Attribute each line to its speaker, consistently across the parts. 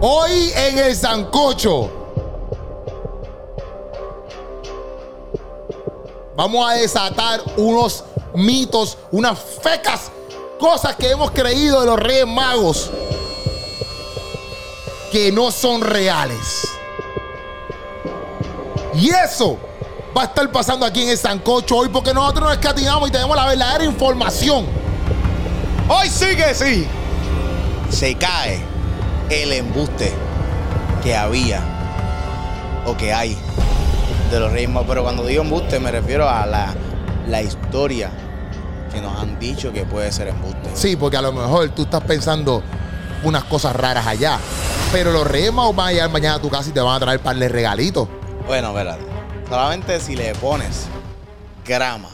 Speaker 1: Hoy en el Sancocho. Vamos a desatar unos mitos, unas fecas cosas que hemos creído de los Reyes Magos que no son reales. Y eso va a estar pasando aquí en el Sancocho hoy porque nosotros nos escatimamos y tenemos la verdadera información.
Speaker 2: Hoy sí que sí.
Speaker 3: se cae el embuste que había o que hay de los Reyes Magos. Pero cuando digo embuste me refiero a la, la historia que nos han dicho que puede ser embuste.
Speaker 1: Sí, porque a lo mejor tú estás pensando unas cosas raras allá. Pero los Reyes Magos van a llegar mañana a tu casa y te van a traer par de regalitos.
Speaker 3: Bueno, espérate. Solamente si le pones grama,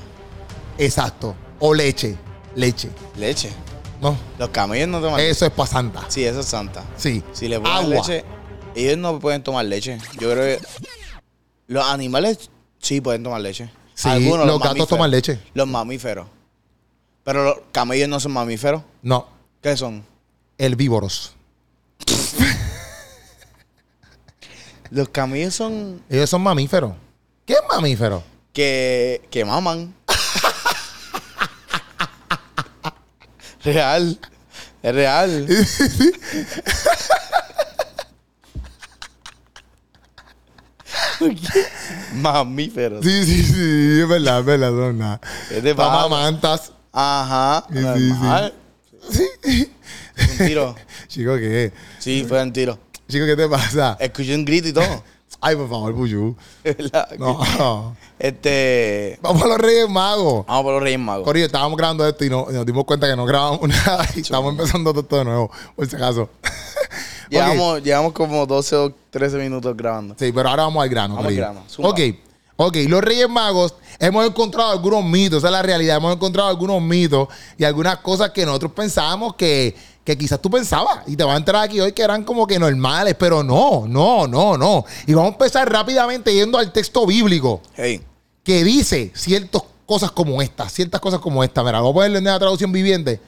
Speaker 1: Exacto. O leche. Leche.
Speaker 3: leche.
Speaker 1: No.
Speaker 3: Los camellos no toman
Speaker 1: Eso es para Santa.
Speaker 3: Sí, eso es santa.
Speaker 1: Sí.
Speaker 3: Si le pones
Speaker 1: Agua.
Speaker 3: leche, ellos no pueden tomar leche. Yo creo que los animales sí pueden tomar leche.
Speaker 1: Sí, los gatos
Speaker 3: mamíferos.
Speaker 1: toman leche.
Speaker 3: Los mamíferos. Pero los camellos no son mamíferos.
Speaker 1: No.
Speaker 3: ¿Qué son?
Speaker 1: Herbívoros.
Speaker 3: Los camellos son
Speaker 1: Ellos son mamíferos. ¿Qué es mamífero?
Speaker 3: que, que maman. real. Es real. Mamíferos.
Speaker 1: Sí, sí, sí, es verdad, es verdad, son nada.
Speaker 3: Es de
Speaker 1: Mamá
Speaker 3: Bahamas.
Speaker 1: mantas.
Speaker 3: Ajá.
Speaker 1: Sí, sí,
Speaker 3: normal. Un tiro.
Speaker 1: Chico, ¿qué?
Speaker 3: Sí, fue un tiro.
Speaker 1: Chico, ¿qué te pasa?
Speaker 3: Escuché un grito y todo.
Speaker 1: Ay, por favor, Puyú.
Speaker 3: ¿Verdad?
Speaker 1: No.
Speaker 3: Este.
Speaker 1: Vamos a los Reyes Magos.
Speaker 3: Vamos por los Reyes Magos.
Speaker 1: Corillo, estábamos grabando esto y, no- y nos dimos cuenta que no grabamos nada y estamos empezando todo de nuevo, por si acaso. Ok.
Speaker 3: Llevamos, llevamos como 12 o 13 minutos grabando.
Speaker 1: Sí, pero ahora vamos al grano.
Speaker 3: Vamos al
Speaker 1: Corillo.
Speaker 3: grano, zumba.
Speaker 1: Ok, ok. Los Reyes Magos hemos encontrado algunos mitos, esa es la realidad. Hemos encontrado algunos mitos y algunas cosas que nosotros pensábamos que, que quizás tú pensabas y te va a entrar aquí hoy que eran como que normales, pero no, no, no, no. Y vamos a empezar rápidamente yendo al texto bíblico
Speaker 3: Hey.
Speaker 1: que dice ciertas cosas como esta, ciertas cosas como esta. Mira, vamos a ponerle en la traducción viviente.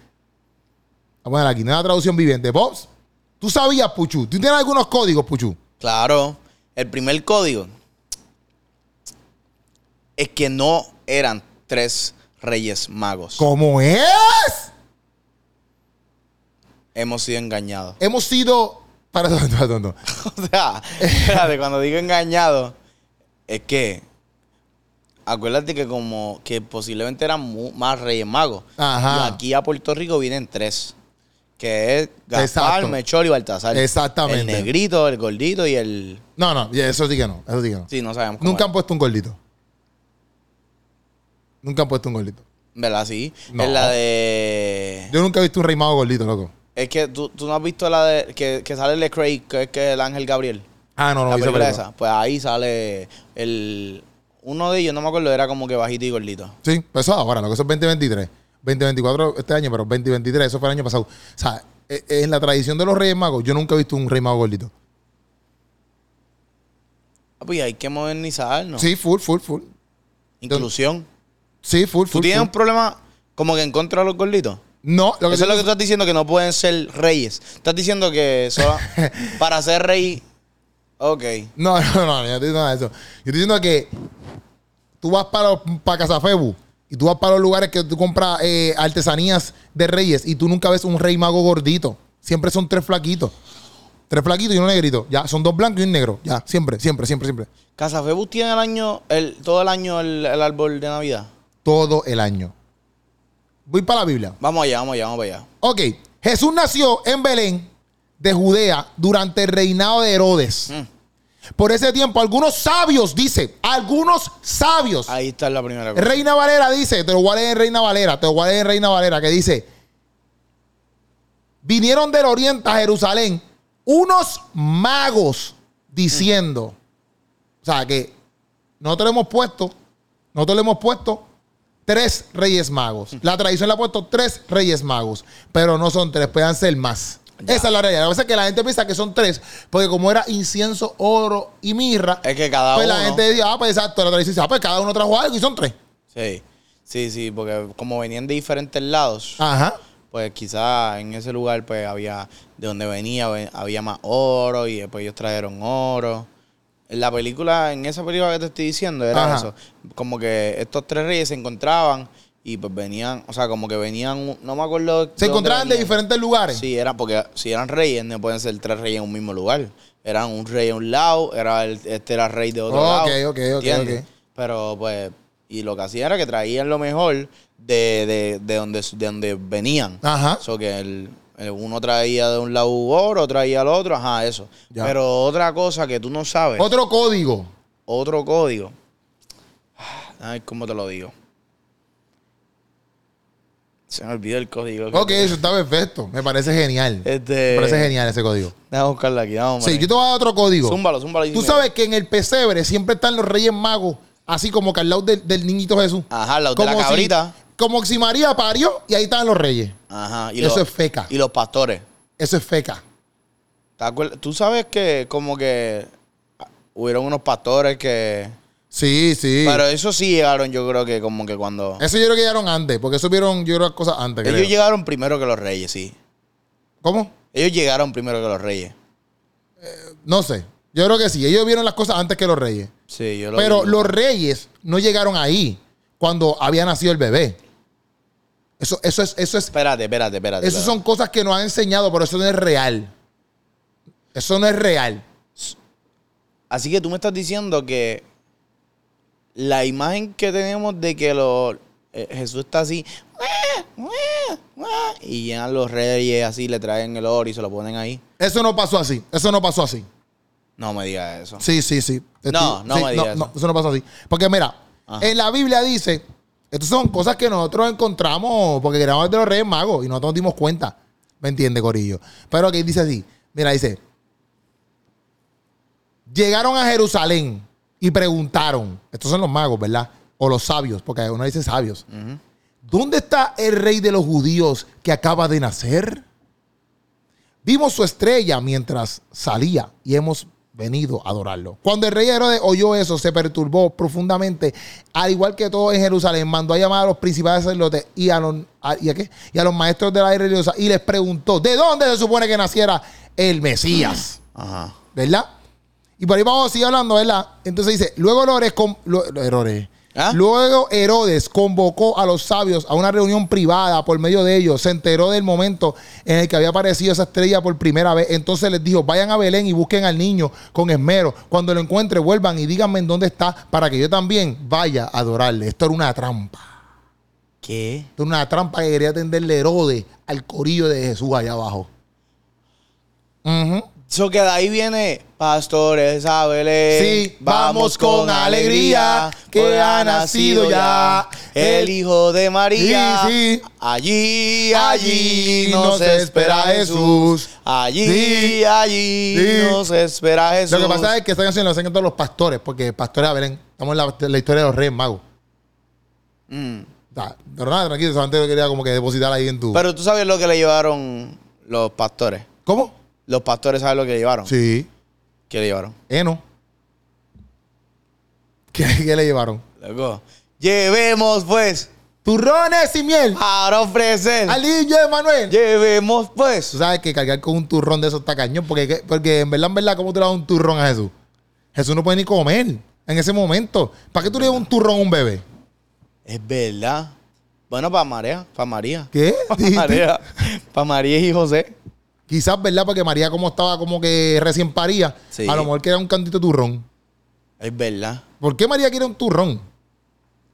Speaker 1: Vamos a poner aquí, en la traducción viviente. Pops, tú sabías, Puchu. Tú tienes algunos códigos, Puchu.
Speaker 3: Claro. El primer código es que no eran tres Reyes Magos.
Speaker 1: ¿Cómo es?
Speaker 3: Hemos sido engañados.
Speaker 1: Hemos sido. Para, no, no, no, no.
Speaker 3: O sea, espérate, cuando digo engañado, es que acuérdate que como que posiblemente eran mu- más Reyes Magos.
Speaker 1: Ajá.
Speaker 3: Y aquí a Puerto Rico vienen tres. Que es Gaspar,
Speaker 1: Exacto.
Speaker 3: Melchor y Baltasar.
Speaker 1: Exactamente.
Speaker 3: El negrito, el gordito y el.
Speaker 1: No, no, ya, eso sí que no. Eso sí que no.
Speaker 3: Sí, no sabemos cómo.
Speaker 1: Nunca
Speaker 3: es.
Speaker 1: han puesto un gordito. Nunca han puesto un gordito.
Speaker 3: ¿Verdad? Sí.
Speaker 1: No.
Speaker 3: Es la de.
Speaker 1: Yo nunca he visto un rey mago gordito, loco.
Speaker 3: Es que tú, tú no has visto la de. Que, que sale el de Craig, que es que el ángel Gabriel.
Speaker 1: Ah, no, no,
Speaker 3: la
Speaker 1: vi esa
Speaker 3: película
Speaker 1: película.
Speaker 3: esa. Pues ahí sale el. Uno de ellos, no me acuerdo, era como que bajito y gordito.
Speaker 1: Sí, pero eso es ahora, lo que eso es 2023. 2024 este año, pero 2023, eso fue el año pasado. O sea, e- en la tradición de los Reyes Magos, yo nunca he visto un Rey Mago gordito.
Speaker 3: Ah, Pues hay que modernizarnos.
Speaker 1: Sí, full, full, full.
Speaker 3: Inclusión.
Speaker 1: Sí, full,
Speaker 3: ¿Tú
Speaker 1: full.
Speaker 3: tienes
Speaker 1: full.
Speaker 3: un problema como que en contra de los gorditos?
Speaker 1: No, lo que
Speaker 3: Eso
Speaker 1: yo-
Speaker 3: es lo que tú estás diciendo, que no pueden ser reyes. Estás diciendo que solo- para ser rey... Ok.
Speaker 1: No, no, no, yo no estoy diciendo nada de eso. Yo estoy diciendo que tú vas para, para Casafebu y tú vas para los lugares que tú compras eh, artesanías de reyes y tú nunca ves un rey mago gordito. Siempre son tres flaquitos. Tres flaquitos y uno negrito. Ya, son dos blancos y un negro. Ya, siempre, siempre, siempre, siempre.
Speaker 3: ¿Casafebus tiene el año, el, todo el año el, el árbol de Navidad?
Speaker 1: Todo el año. Voy para la Biblia.
Speaker 3: Vamos allá, vamos allá, vamos allá.
Speaker 1: Ok, Jesús nació en Belén de Judea durante el reinado de Herodes. Por ese tiempo, algunos sabios, dice, algunos sabios.
Speaker 3: Ahí está la primera cosa.
Speaker 1: Reina Valera dice, te lo voy a leer en Reina Valera, te lo voy a leer en Reina Valera, que dice, vinieron del oriente a Jerusalén unos magos diciendo, o sea, que nosotros le hemos puesto, nosotros le hemos puesto tres reyes magos. La tradición le ha puesto tres reyes magos, pero no son tres, pueden ser más. Esa es la realidad. Lo que pasa es que la gente piensa que son tres, porque como era incienso, oro y mirra,
Speaker 3: Es que cada
Speaker 1: pues
Speaker 3: uno...
Speaker 1: la gente decía, ah, pues exacto, la tradición dice, ah, pues cada uno trajo algo y son tres.
Speaker 3: Sí, sí, sí, porque como venían de diferentes lados,
Speaker 1: Ajá.
Speaker 3: pues quizás en ese lugar pues había, de donde venía, ve- había más oro y después ellos trajeron oro. En la película, en esa película que te estoy diciendo, era
Speaker 1: Ajá.
Speaker 3: eso. Como que estos tres reyes se encontraban y pues venían, o sea, como que venían, no me acuerdo.
Speaker 1: Se encontraban de diferentes
Speaker 3: diferentes
Speaker 1: lugares.
Speaker 3: Sí, eran porque si eran reyes, no pueden ser tres reyes en un mismo lugar. Eran un rey a un lado, era el- este era rey de otro
Speaker 1: Ok,
Speaker 3: lado.
Speaker 1: ok, ok, ok.
Speaker 3: Pero pues, y lo que hacían era que traían lo mejor de, de, de donde, de donde venían.
Speaker 1: Ajá.
Speaker 3: So que el, el uno traía de un lado oro, traía al otro, ajá, eso.
Speaker 1: Ya.
Speaker 3: Pero otra cosa que tú no sabes, otro,
Speaker 1: Otro código.
Speaker 3: código. Ah, Ay, ¿cómo te lo digo? Se me olvidó el código. que
Speaker 1: Ok,
Speaker 3: tenía.
Speaker 1: eso está perfecto. Me parece genial.
Speaker 3: Este,
Speaker 1: Me parece genial ese código.
Speaker 3: Déjame buscarla aquí, vamos.
Speaker 1: Sí, yo te voy a dar otro código.
Speaker 3: Zúmbalo, zúmbalo. ahí
Speaker 1: Tú
Speaker 3: dime.
Speaker 1: sabes que en el pesebre siempre están los reyes magos, así como que al lado del, del niñito Jesús.
Speaker 3: Ajá, al lado Ah, de la
Speaker 1: Como si-
Speaker 3: cabrita.
Speaker 1: como si María parió y ahí están los reyes.
Speaker 3: Ajá.
Speaker 1: Eso es feca.
Speaker 3: Y los pastores.
Speaker 1: Eso es feca.
Speaker 3: ¿Te acuerdas? Tú sabes que como que ah, hubieron unos pastores que...
Speaker 1: Sí, sí.
Speaker 3: Pero eso sí llegaron, yo creo que como que cuando...
Speaker 1: eso yo creo que llegaron antes, porque eso vieron, yo creo, las cosas antes.
Speaker 3: Ellos
Speaker 1: creo.
Speaker 3: llegaron primero que los reyes, sí.
Speaker 1: ¿Cómo?
Speaker 3: Ellos llegaron primero que los reyes.
Speaker 1: No sé. Yo creo que sí. Ellos vieron las cosas antes que los reyes.
Speaker 3: Sí, yo lo
Speaker 1: Pero
Speaker 3: vi.
Speaker 1: los reyes no llegaron ahí cuando había nacido el bebé. Eso, eso es, eso es,
Speaker 3: Espérate, espérate, espérate.
Speaker 1: eso son cosas que nos han enseñado, pero eso no es real. Eso no es real.
Speaker 3: Así que tú me estás diciendo que la imagen que tenemos de que lo, eh, Jesús está así "Ué, ué, ué", y llegan los reyes así, le traen el oro y se lo ponen ahí.
Speaker 1: Eso no pasó así. Eso no pasó así.
Speaker 3: No me digas eso.
Speaker 1: Sí, sí, sí.
Speaker 3: No, no
Speaker 1: Sí,
Speaker 3: me digas eso.
Speaker 1: eso no pasó así. Porque mira,
Speaker 3: Ajá.
Speaker 1: en la Biblia dice, estas son cosas que nosotros encontramos porque grabamos de los Reyes Magos y nosotros nos dimos cuenta. ¿Me entiende, Corillo? Pero aquí dice así, mira, dice, llegaron a Jerusalén y preguntaron, estos son los magos, ¿verdad? O los sabios, porque uno dice sabios. ¿Dónde está el rey de los judíos que acaba de nacer? Vimos su estrella mientras salía y hemos venido a adorarlo. Cuando el rey Herodes oyó eso, se perturbó profundamente, al igual que todo en Jerusalén, mandó a llamar a los principales sacerdotes y a los, a- ¿y a qué? Y a los maestros de la ley religiosa y les preguntó, ¿de dónde se supone que naciera el Mesías?
Speaker 3: Ajá.
Speaker 1: ¿Verdad? Y por ahí vamos a seguir hablando, ¿verdad? Entonces dice, luego Herodes, con- lo- lo- Herodes.
Speaker 3: ¿Ah?
Speaker 1: Luego Herodes convocó a los sabios a una reunión privada por medio de ellos. Se enteró del momento en el que había aparecido esa estrella por primera vez. Entonces les dijo, vayan a Belén y busquen al niño con esmero. Cuando lo encuentren, vuelvan y díganme en dónde está para que yo también vaya a adorarle. Esto era una trampa.
Speaker 3: ¿Qué?
Speaker 1: Esto era una trampa que quería tenderle Herodes al corillo de Jesús allá abajo. Ujú.
Speaker 3: Eso que de ahí viene, pastores, a Belén.
Speaker 1: Sí, vamos con alegría, que
Speaker 3: porque
Speaker 1: ha nacido ya el-
Speaker 3: el hijo de María.
Speaker 1: Sí, sí.
Speaker 3: Allí, allí nos espera Jesús. Allí,
Speaker 1: Sí,
Speaker 3: allí
Speaker 1: sí.
Speaker 3: nos espera Jesús.
Speaker 1: Lo que pasa es que esta canción la hacen todos los pastores, porque pastores a Belén. Estamos en la, la historia de los reyes magos.
Speaker 3: Mm.
Speaker 1: O sea, pero nada, tranquilo, solamente quería como que depositar ahí en tu.
Speaker 3: Pero tú sabes lo que le llevaron los pastores.
Speaker 1: ¿Cómo?
Speaker 3: Los pastores saben lo que le llevaron.
Speaker 1: Sí.
Speaker 3: ¿Qué le llevaron?
Speaker 1: Eno. ¿Qué, qué le llevaron?
Speaker 3: Loco. Llevemos pues
Speaker 1: Turrones y miel.
Speaker 3: para ofrecer.
Speaker 1: Al niño de Manuel.
Speaker 3: Llevemos
Speaker 1: Tú
Speaker 3: pues.
Speaker 1: sabes que cargar con un turrón de esos está cañón, porque, porque en verdad, en verdad, ¿cómo tú le das un turrón a Jesús? Jesús no puede ni comer en ese momento. ¿Para qué tú le das un turrón a un bebé?
Speaker 3: Es verdad. Bueno, para María, para María.
Speaker 1: ¿Qué?
Speaker 3: Para María. Para María y José.
Speaker 1: Quizás, ¿verdad? Porque María, como estaba como que recién paría,
Speaker 3: Sí.
Speaker 1: a lo mejor quería un cantito de turrón.
Speaker 3: Es verdad.
Speaker 1: ¿Por qué María quiere un turrón?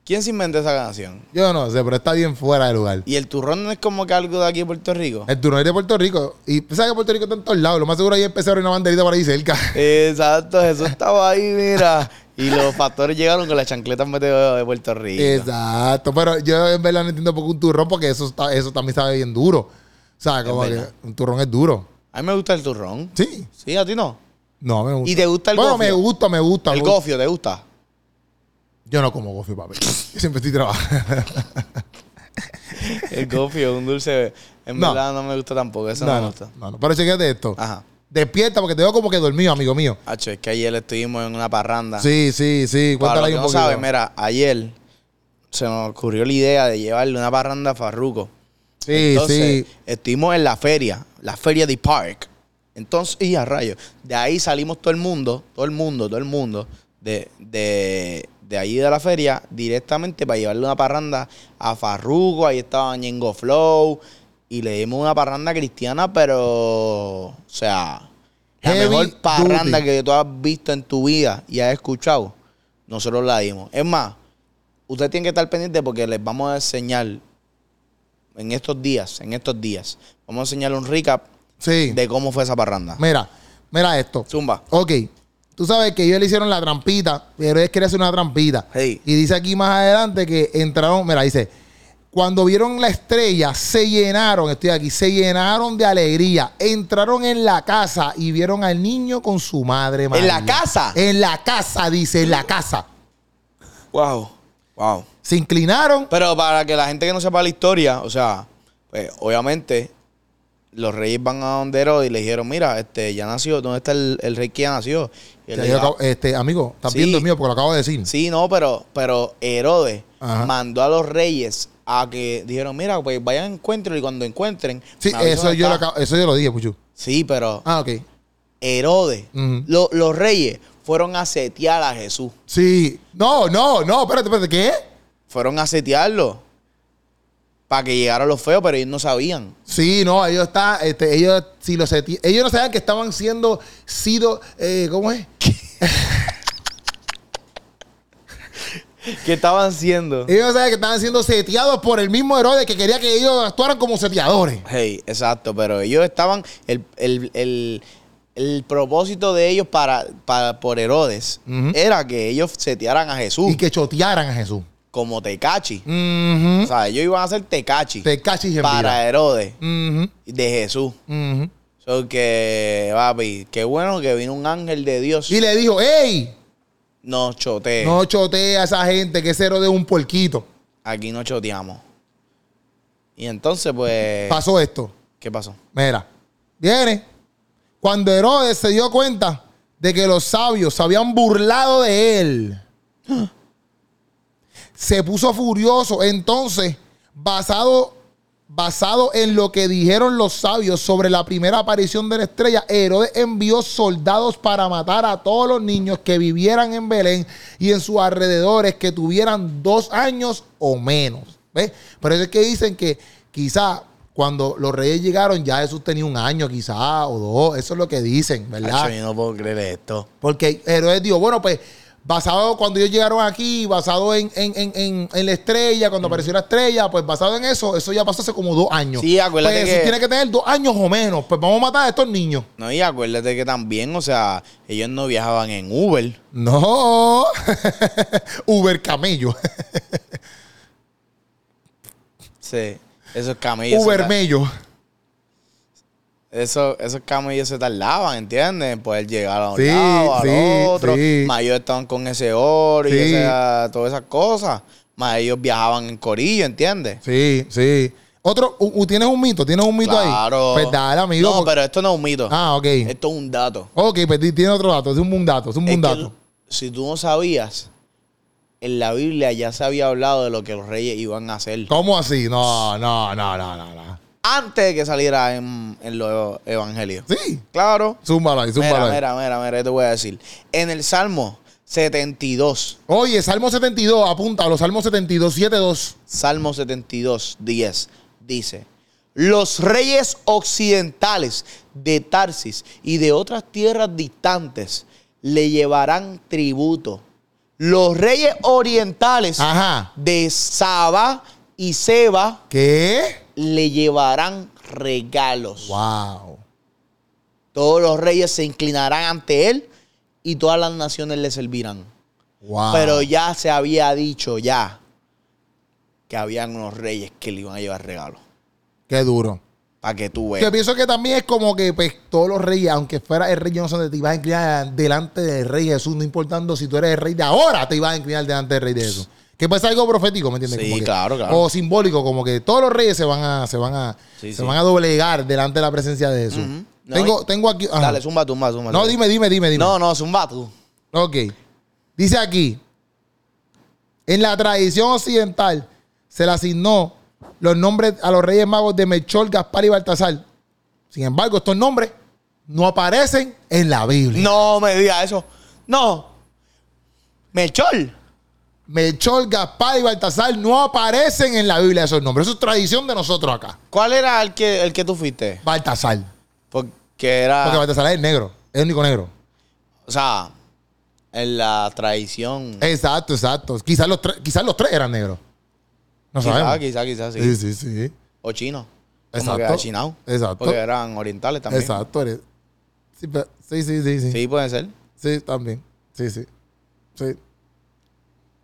Speaker 3: ¿Quién se inventó esa canción?
Speaker 1: Yo no sé, pero está bien fuera de lugar.
Speaker 3: Y el turrón no es como que algo de aquí de Puerto Rico.
Speaker 1: El turrón es de Puerto Rico. Y tú sabes que Puerto Rico está en todos lados. Lo más seguro ahí empezó a abrir una banderita por ahí cerca.
Speaker 3: Exacto, Jesús estaba ahí, mira. Y los pastores llegaron con las chancletas meteoras de Puerto Rico.
Speaker 1: Exacto. Pero yo en verdad no entiendo por qué un turrón, porque eso, está, eso también sabe bien duro. O sea, como que
Speaker 3: verdad.
Speaker 1: un turrón es duro.
Speaker 3: A mí me gusta el turrón.
Speaker 1: Sí.
Speaker 3: Sí, a ti no.
Speaker 1: No, me gusta.
Speaker 3: ¿Y te gusta el
Speaker 1: Bueno,
Speaker 3: gofio?
Speaker 1: me gusta, me gusta.
Speaker 3: El
Speaker 1: me gusta.
Speaker 3: gofio, ¿te gusta?
Speaker 1: Yo no como gofio, papi. Yo siempre estoy trabajando.
Speaker 3: El gofio es un dulce. En
Speaker 1: No.
Speaker 3: verdad no me gusta tampoco, eso no, me
Speaker 1: no,
Speaker 3: gusta.
Speaker 1: no, no. Pero chequete esto.
Speaker 3: Ajá.
Speaker 1: Despierta, porque te veo como que dormido, amigo mío.
Speaker 3: Hacho, es que ayer estuvimos en una parranda.
Speaker 1: Sí, sí, sí. Cuéntale
Speaker 3: Para los
Speaker 1: ahí
Speaker 3: que
Speaker 1: un
Speaker 3: no
Speaker 1: poquito.
Speaker 3: saben, mira, ayer se nos ocurrió la idea de llevarle una parranda a Farruco.
Speaker 1: Sí, sí.
Speaker 3: Entonces, estuvimos en la feria, la feria de Park. Entonces, y a rayos, de ahí salimos todo el mundo, todo el mundo, todo el mundo, de, de, de allí de la feria, directamente para llevarle una parranda a Farrugo, ahí estaba Ñengo Flow, y le dimos una parranda cristiana, pero, o sea, la
Speaker 1: Heavy
Speaker 3: mejor parranda
Speaker 1: duty.
Speaker 3: que tú has visto en tu vida y has escuchado, nosotros la dimos. Es más, ustedes tienen que estar pendientes porque les vamos a enseñar en estos días, en estos días, vamos a enseñarle un recap
Speaker 1: Sí.
Speaker 3: de cómo fue esa parranda.
Speaker 1: Mira, mira esto.
Speaker 3: Zumba.
Speaker 1: Ok. Tú sabes que ellos le hicieron la trampita, pero ellos querían hacer una trampita.
Speaker 3: Sí.
Speaker 1: Y dice aquí más adelante que entraron, mira, dice, cuando vieron la estrella, se llenaron, estoy aquí, se llenaron de alegría. Entraron en la casa y vieron al niño con su madre. María.
Speaker 3: la casa?
Speaker 1: En la casa, dice, en la casa.
Speaker 3: Wow. Wow.
Speaker 1: Se inclinaron.
Speaker 3: Pero para que la gente que no sepa la historia, o sea, pues obviamente los reyes van a donde Herodes y le dijeron, mira, este, ya nació, ¿dónde está el, el rey que ya nació? Y él
Speaker 1: Ya
Speaker 3: le
Speaker 1: yo
Speaker 3: dijo,
Speaker 1: acabo- este, amigo, estás
Speaker 3: Sí.
Speaker 1: viendo el mío porque lo acabo de decir.
Speaker 3: Sí, no, pero, pero Herodes
Speaker 1: Ajá.
Speaker 3: mandó a los reyes a que dijeron, mira, pues vayan a encuentro y cuando encuentren.
Speaker 1: Sí,
Speaker 3: me avisan
Speaker 1: eso
Speaker 3: dónde
Speaker 1: yo, lo
Speaker 3: está".
Speaker 1: acabo- eso yo lo dije, Puchu.
Speaker 3: Sí, pero
Speaker 1: Ah, ok.
Speaker 3: Herodes,
Speaker 1: Ujú.
Speaker 3: lo- los reyes fueron a setear a Jesús.
Speaker 1: Sí. No, no, no, espérate, espérate, ¿qué?
Speaker 3: Fueron a setearlo para que llegaran los feos, pero ellos no sabían.
Speaker 1: Sí, no, ellos está, este, ellos, si los seti- ellos no sabían que estaban siendo sido, eh, ¿cómo es?
Speaker 3: ¿Qué estaban haciendo?
Speaker 1: Ellos no sabían que estaban siendo seteados por el mismo Herodes que quería que ellos actuaran como seteadores.
Speaker 3: Hey, exacto, pero ellos estaban. El, el- el- el propósito de ellos para, para- por Herodes
Speaker 1: Ujú.
Speaker 3: era que ellos setearan a Jesús
Speaker 1: Y que chotearan a Jesús.
Speaker 3: como Tecachi. O
Speaker 1: Ujú.
Speaker 3: sea, ellos iban a ser tecachi
Speaker 1: Te cachis en vida.
Speaker 3: para Herodes
Speaker 1: Ujú,
Speaker 3: de Jesús.
Speaker 1: ujú.
Speaker 3: So que, papi, qué bueno que vino un ángel de Dios.
Speaker 1: Y le dijo, hey,
Speaker 3: No chotee.
Speaker 1: no chotea a esa gente que ese Herodes es un puerquito.
Speaker 3: Aquí no choteamos. Y entonces, pues,
Speaker 1: Pasó esto.
Speaker 3: ¿qué pasó?
Speaker 1: Mira, viene. Cuando Herodes se dio cuenta de que los sabios se habían burlado de él, se puso furioso. Entonces, basado, basado en lo que dijeron los sabios sobre la primera aparición de la estrella, Herodes envió soldados para matar a todos los niños que vivieran en Belén y en sus alrededores que tuvieran dos años o menos. ¿Ves? Por eso es que dicen que quizá cuando los reyes llegaron ya Jesús tenía un año quizá o dos. Eso es lo que dicen, ¿verdad?
Speaker 3: Acho, yo no puedo creer esto.
Speaker 1: Porque Herodes dijo, bueno, pues basado cuando ellos llegaron aquí, basado en, en- en- en- en la estrella, cuando apareció la estrella, pues basado en eso, eso ya pasó hace como dos años.
Speaker 3: Sí, acuérdate
Speaker 1: Pues
Speaker 3: que-
Speaker 1: Jesús tiene que tener dos años o menos. Pues vamos a matar a estos niños.
Speaker 3: No, y acuérdate que también, o sea, ellos no viajaban en Uber.
Speaker 1: No. Uber camello.
Speaker 3: Sí. Esos camellos. se
Speaker 1: Uber
Speaker 3: tar-
Speaker 1: mello.
Speaker 3: esos, esos camellos se tardaban, ¿entiendes? En poder llegar a un
Speaker 1: Sí,
Speaker 3: lado, al
Speaker 1: sí,
Speaker 3: otro.
Speaker 1: sí.
Speaker 3: Más ellos estaban con ese oro
Speaker 1: Sí.
Speaker 3: y esa- todas esas cosas. Más ellos viajaban en corillo, ¿entiendes?
Speaker 1: Sí, sí. Otro, u- u- tienes un mito, tienes un mito
Speaker 3: Claro.
Speaker 1: ahí. Pues dale, amigo.
Speaker 3: No,
Speaker 1: porque-
Speaker 3: pero esto no es un mito.
Speaker 1: Ah, ok.
Speaker 3: Esto es un dato.
Speaker 1: Ok, pues di- tiene otro dato, es un dato, es un
Speaker 3: Es que
Speaker 1: dato.
Speaker 3: si tú no sabías, en la Biblia ya se había hablado de lo que los reyes iban a hacer.
Speaker 1: ¿Cómo así? No, no, no, no, no, no.
Speaker 3: Antes de que saliera en, en los evangelios.
Speaker 1: Sí.
Speaker 3: Claro.
Speaker 1: Zúmbalo ahí, zúmbalo
Speaker 3: Mira,
Speaker 1: ahí.
Speaker 3: mira, mira, mira, te voy a decir. En el Salmo 72,
Speaker 1: Oye, Salmo 72, apúntalo, Salmo 72, 72.
Speaker 3: Salmo 72, 10, dice, los reyes occidentales de Tarsis y de otras tierras distantes le llevarán tributo. Los reyes orientales
Speaker 1: Ajá.
Speaker 3: de Saba y Seba
Speaker 1: ¿Qué?
Speaker 3: le llevarán regalos.
Speaker 1: Wow.
Speaker 3: Todos los reyes se inclinarán ante él y todas las naciones le servirán.
Speaker 1: Wow.
Speaker 3: Pero ya se había dicho ya que habían unos reyes que le iban a llevar regalos.
Speaker 1: Qué duro.
Speaker 3: Para que tú
Speaker 1: Yo
Speaker 3: veas.
Speaker 1: pienso que también es como que pues, todos los reyes, aunque fuera el rey, yo no sé, te ibas a inclinar delante del rey Jesús, no importando si tú eres el rey de ahora, te ibas a inclinar delante del rey de Jesús. Que pasa algo profético, ¿me entiendes?
Speaker 3: Sí,
Speaker 1: Como que-
Speaker 3: claro, claro.
Speaker 1: O simbólico, como que todos los reyes se van a, se van a,
Speaker 3: Sí,
Speaker 1: se
Speaker 3: sí.
Speaker 1: van a doblegar delante de la presencia de Jesús.
Speaker 3: Ujú. No,
Speaker 1: tengo,
Speaker 3: y-
Speaker 1: tengo aquí. ajá.
Speaker 3: Dale, zumba, zumba, zumba.
Speaker 1: no,
Speaker 3: zumba.
Speaker 1: dime, dime, dime, dime.
Speaker 3: No, no, zumba tú.
Speaker 1: Ok. Dice aquí, en la tradición occidental se le asignó los nombres a los reyes magos de Melchor, Gaspar y Baltasar. Sin embargo, estos nombres no aparecen en la Biblia.
Speaker 3: No me diga eso. No. Melchor.
Speaker 1: Melchor, Gaspar y Baltasar no aparecen en la Biblia esos nombres. Eso es tradición de nosotros acá.
Speaker 3: ¿Cuál era el que, el que tú fuiste?
Speaker 1: Baltasar.
Speaker 3: Porque era.
Speaker 1: Porque Baltasar es negro. Es el único negro.
Speaker 3: o sea, en la traición.
Speaker 1: Exacto, exacto. Quizás los, tres- quizás los tres eran negros. No
Speaker 3: quizás,
Speaker 1: sabemos.
Speaker 3: quizás, quizás, sí.
Speaker 1: Sí, sí, sí.
Speaker 3: O chino.
Speaker 1: Exacto.
Speaker 3: Como que era chinao.
Speaker 1: Exacto.
Speaker 3: Porque eran orientales también.
Speaker 1: Exacto. eres- Sí, pe- sí, sí, sí, sí. Sí,
Speaker 3: Sí, puede ser.
Speaker 1: también. Sí, sí. Sí.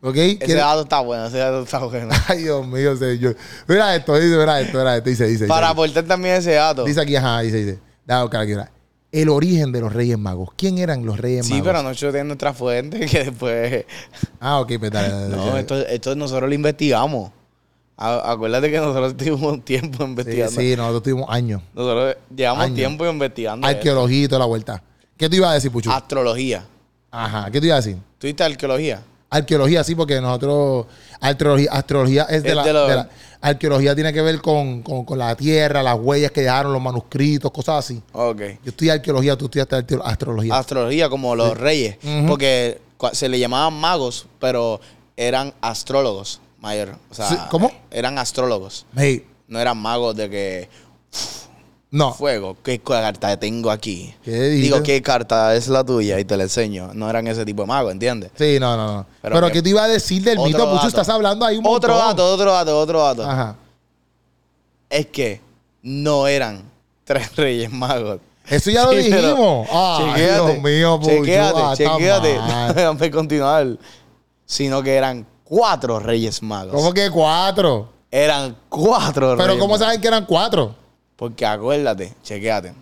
Speaker 1: ¿Ok?
Speaker 3: Ese
Speaker 1: ¿Quieres-
Speaker 3: dato está bueno, ese dato está bueno.
Speaker 1: Ay, Dios mío, señor. Mira esto, dice, mira esto, mira esto. Dice, dice.
Speaker 3: Para
Speaker 1: dice,
Speaker 3: aportar también ese dato.
Speaker 1: dice aquí, ajá, dice, dice. Dale, buscar aquí, mira. El origen de los Reyes Magos. ¿Quién eran los Reyes
Speaker 3: Sí,
Speaker 1: Magos?
Speaker 3: pero no tiene nuestra fuente que después...
Speaker 1: Ah, ok, pues dale, dale, dale,
Speaker 3: No,
Speaker 1: dale.
Speaker 3: esto, esto nosotros lo investigamos. A- acuérdate que nosotros tuvimos un tiempo
Speaker 1: Sí,
Speaker 3: investigando.
Speaker 1: sí, nosotros tuvimos años.
Speaker 3: Nosotros llevamos
Speaker 1: Años.
Speaker 3: tiempo investigando. esto.
Speaker 1: Arqueología y toda la vuelta. ¿Qué te iba a decir, Puchu?
Speaker 3: Ah. Astrología.
Speaker 1: Ajá, ¿qué te iba a decir?
Speaker 3: ¿Tú viste arqueología?
Speaker 1: Arqueología, sí, porque nosotros. Arqueología, astrología es de,
Speaker 3: Es
Speaker 1: la,
Speaker 3: de lo-
Speaker 1: de la- Arqueología tiene que ver con, con- con la tierra, las huellas que dejaron, los manuscritos, cosas así.
Speaker 3: Ok.
Speaker 1: Yo estudié arqueología, tú estudiaste arqueo- astrología.
Speaker 3: Astrología como los reyes.
Speaker 1: Ujú.
Speaker 3: Porque cua- se le llamaban magos, pero eran astrólogos mayor. O sea,
Speaker 1: Sí, ¿cómo?
Speaker 3: Eran astrólogos.
Speaker 1: Hey,
Speaker 3: No eran magos de que
Speaker 1: no.
Speaker 3: fuego, qué carta tengo aquí.
Speaker 1: ¿Qué
Speaker 3: Digo,
Speaker 1: dijiste?
Speaker 3: ¿qué carta es la tuya? Y te la enseño. No eran ese tipo de magos, ¿entiendes?
Speaker 1: Sí, no, no, no.
Speaker 3: Pero
Speaker 1: Pero,
Speaker 3: que-
Speaker 1: ¿qué te iba a decir del
Speaker 3: Otro
Speaker 1: mito, Puchu?
Speaker 3: dato.
Speaker 1: Estás hablando ahí un
Speaker 3: Otro
Speaker 1: montón.
Speaker 3: dato, otro dato, otro dato.
Speaker 1: Ajá.
Speaker 3: Es que no eran tres reyes magos.
Speaker 1: Eso ya lo
Speaker 3: Sí, pero-
Speaker 1: dijimos. Ah,
Speaker 3: Chequéate,
Speaker 1: Dios mío, Puchu.
Speaker 3: Chequéate,
Speaker 1: ah, está
Speaker 3: chequéate.
Speaker 1: mal.
Speaker 3: Déjame continuar. Sino que eran cuatro reyes magos.
Speaker 1: ¿Cómo que cuatro?
Speaker 3: Eran cuatro
Speaker 1: Pero
Speaker 3: reyes
Speaker 1: ¿cómo
Speaker 3: magos.
Speaker 1: saben que eran cuatro?
Speaker 3: Porque acuérdate, chequéate.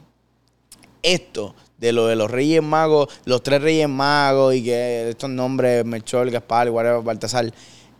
Speaker 3: Esto de lo de los Reyes Magos, los tres Reyes Magos y que estos nombres, Melchor, Gaspar, whatever, Baltasar,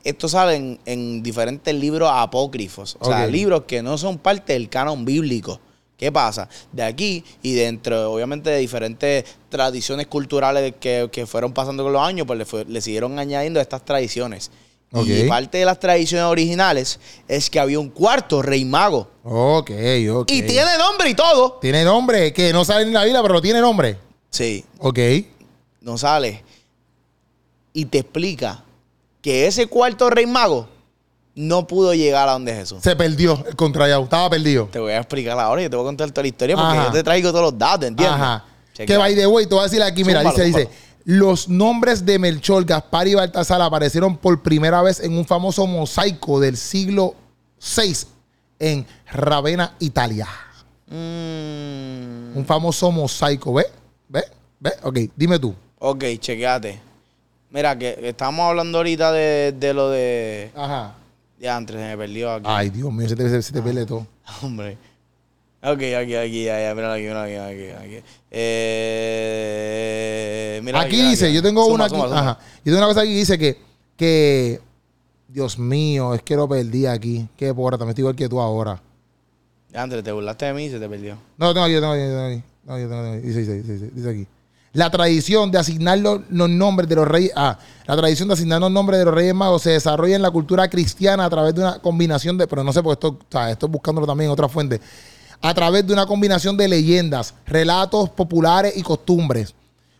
Speaker 3: esto salen en diferentes libros apócrifos. O sea,
Speaker 1: Ok.
Speaker 3: libros que no son parte del canon bíblico. ¿Qué pasa? De aquí y dentro, obviamente, de diferentes tradiciones culturales que, que fueron pasando con los años, pues le, fue- le siguieron añadiendo estas tradiciones. Y
Speaker 1: Ok.
Speaker 3: parte de las tradiciones originales es que había un cuarto rey mago.
Speaker 1: Ok, ok.
Speaker 3: Y tiene nombre y todo.
Speaker 1: Tiene nombre, que no sale en la Biblia, pero tiene nombre.
Speaker 3: Sí,
Speaker 1: Ok.
Speaker 3: no sale. Y te explica que ese cuarto rey mago no pudo llegar a donde Jesús.
Speaker 1: Se perdió el contrayau, estaba perdido.
Speaker 3: Te voy a explicar ahora y te voy a contar toda la historia porque
Speaker 1: Ajá.
Speaker 3: yo te traigo todos los datos, ¿entiendes?
Speaker 1: Ajá.
Speaker 3: Chequea.
Speaker 1: Que by the way, te voy a decir aquí, mira,
Speaker 3: Zúmbalo,
Speaker 1: dice, dice,
Speaker 3: zúmbalo.
Speaker 1: los nombres de Melchor, Gaspar y Baltasar aparecieron por primera vez en un famoso mosaico del siglo VI en Ravenna, Italia.
Speaker 3: Mm,
Speaker 1: Un famoso mosaico, ¿ves? ¿Ves? ¿Ves? Ok, dime tú.
Speaker 3: ok, chequeate. Mira, que que estábamos hablando ahorita de, de lo de.
Speaker 1: Ajá.
Speaker 3: Ya, antes se me perdió aquí.
Speaker 1: Ay, Dios mío, se te, se- se te pierde todo.
Speaker 3: Hombre. Ok, aquí, aquí, ya, ya, míralo aquí, míralo aquí, míralo aquí, aquí. Eh, míralo
Speaker 1: aquí
Speaker 3: míralo
Speaker 1: dice, yo tengo
Speaker 3: Suma,
Speaker 1: una aquí,
Speaker 3: suma, suma.
Speaker 1: ajá. Yo tengo una cosa aquí que dice que, que, Dios mío, es que lo perdí aquí. Qué porra, me estoy igual que tú ahora.
Speaker 3: Andrés, te burlaste de mí y se te perdió.
Speaker 1: No, lo tengo aquí, lo tengo aquí, lo tengo aquí. No, yo tengo aquí. Dice, dice, dice, dice, dice aquí. La tradición de asignar los, los nombres de los reyes. Ah, la tradición de asignar los nombres de los reyes magos se desarrolla en la cultura cristiana a través de una combinación de. Pero no sé, porque esto, o sea, estoy buscándolo también en otra fuente. A través de una combinación de leyendas, relatos populares y costumbres.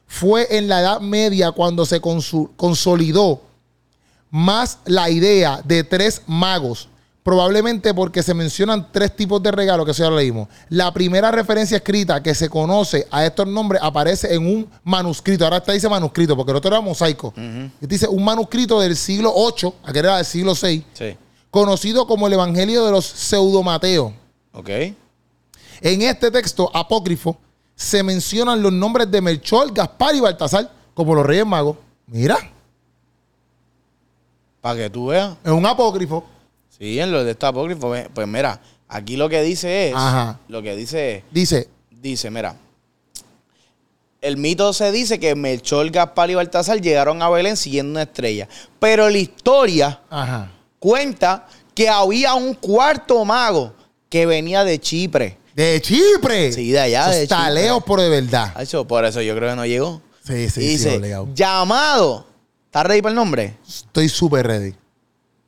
Speaker 1: Fue en la Edad Media cuando se consu- consolidó más la idea de tres magos. Probablemente porque se mencionan tres tipos de regalos, que eso ya lo leímos. La primera referencia escrita que se conoce a estos nombres aparece en un manuscrito. Ahora está dice manuscrito, porque el otro era mosaico. Este dice un manuscrito del siglo VIII, aquel era del siglo VI,
Speaker 3: Sí.
Speaker 1: conocido como el Evangelio de los Pseudomateos.
Speaker 3: Ok.
Speaker 1: En este texto apócrifo se mencionan los nombres de Melchor, Gaspar y Baltasar como los reyes magos. Mira,
Speaker 3: Para que tú veas.
Speaker 1: es un apócrifo.
Speaker 3: Sí, en lo de este apócrifo. ve- Pues mira, aquí lo que dice es.
Speaker 1: Ajá.
Speaker 3: Lo que dice es.
Speaker 1: Dice,
Speaker 3: Dice, mira. El mito se dice que Melchor, Gaspar y Baltasar llegaron a Belén siguiendo una estrella. Pero la historia
Speaker 1: ajá.
Speaker 3: cuenta que había un cuarto mago que venía de Chipre.
Speaker 1: De Chipre.
Speaker 3: Sí, de allá,
Speaker 1: Eso
Speaker 3: de
Speaker 1: está
Speaker 3: Chipre.
Speaker 1: lejos, pero de verdad.
Speaker 3: Ah, eso, por eso yo creo que no llegó.
Speaker 1: Sí, sí,
Speaker 3: Y
Speaker 1: sí,
Speaker 3: dice,
Speaker 1: obligado.
Speaker 3: llamado. ¿Estás ready para el nombre?
Speaker 1: Estoy súper ready.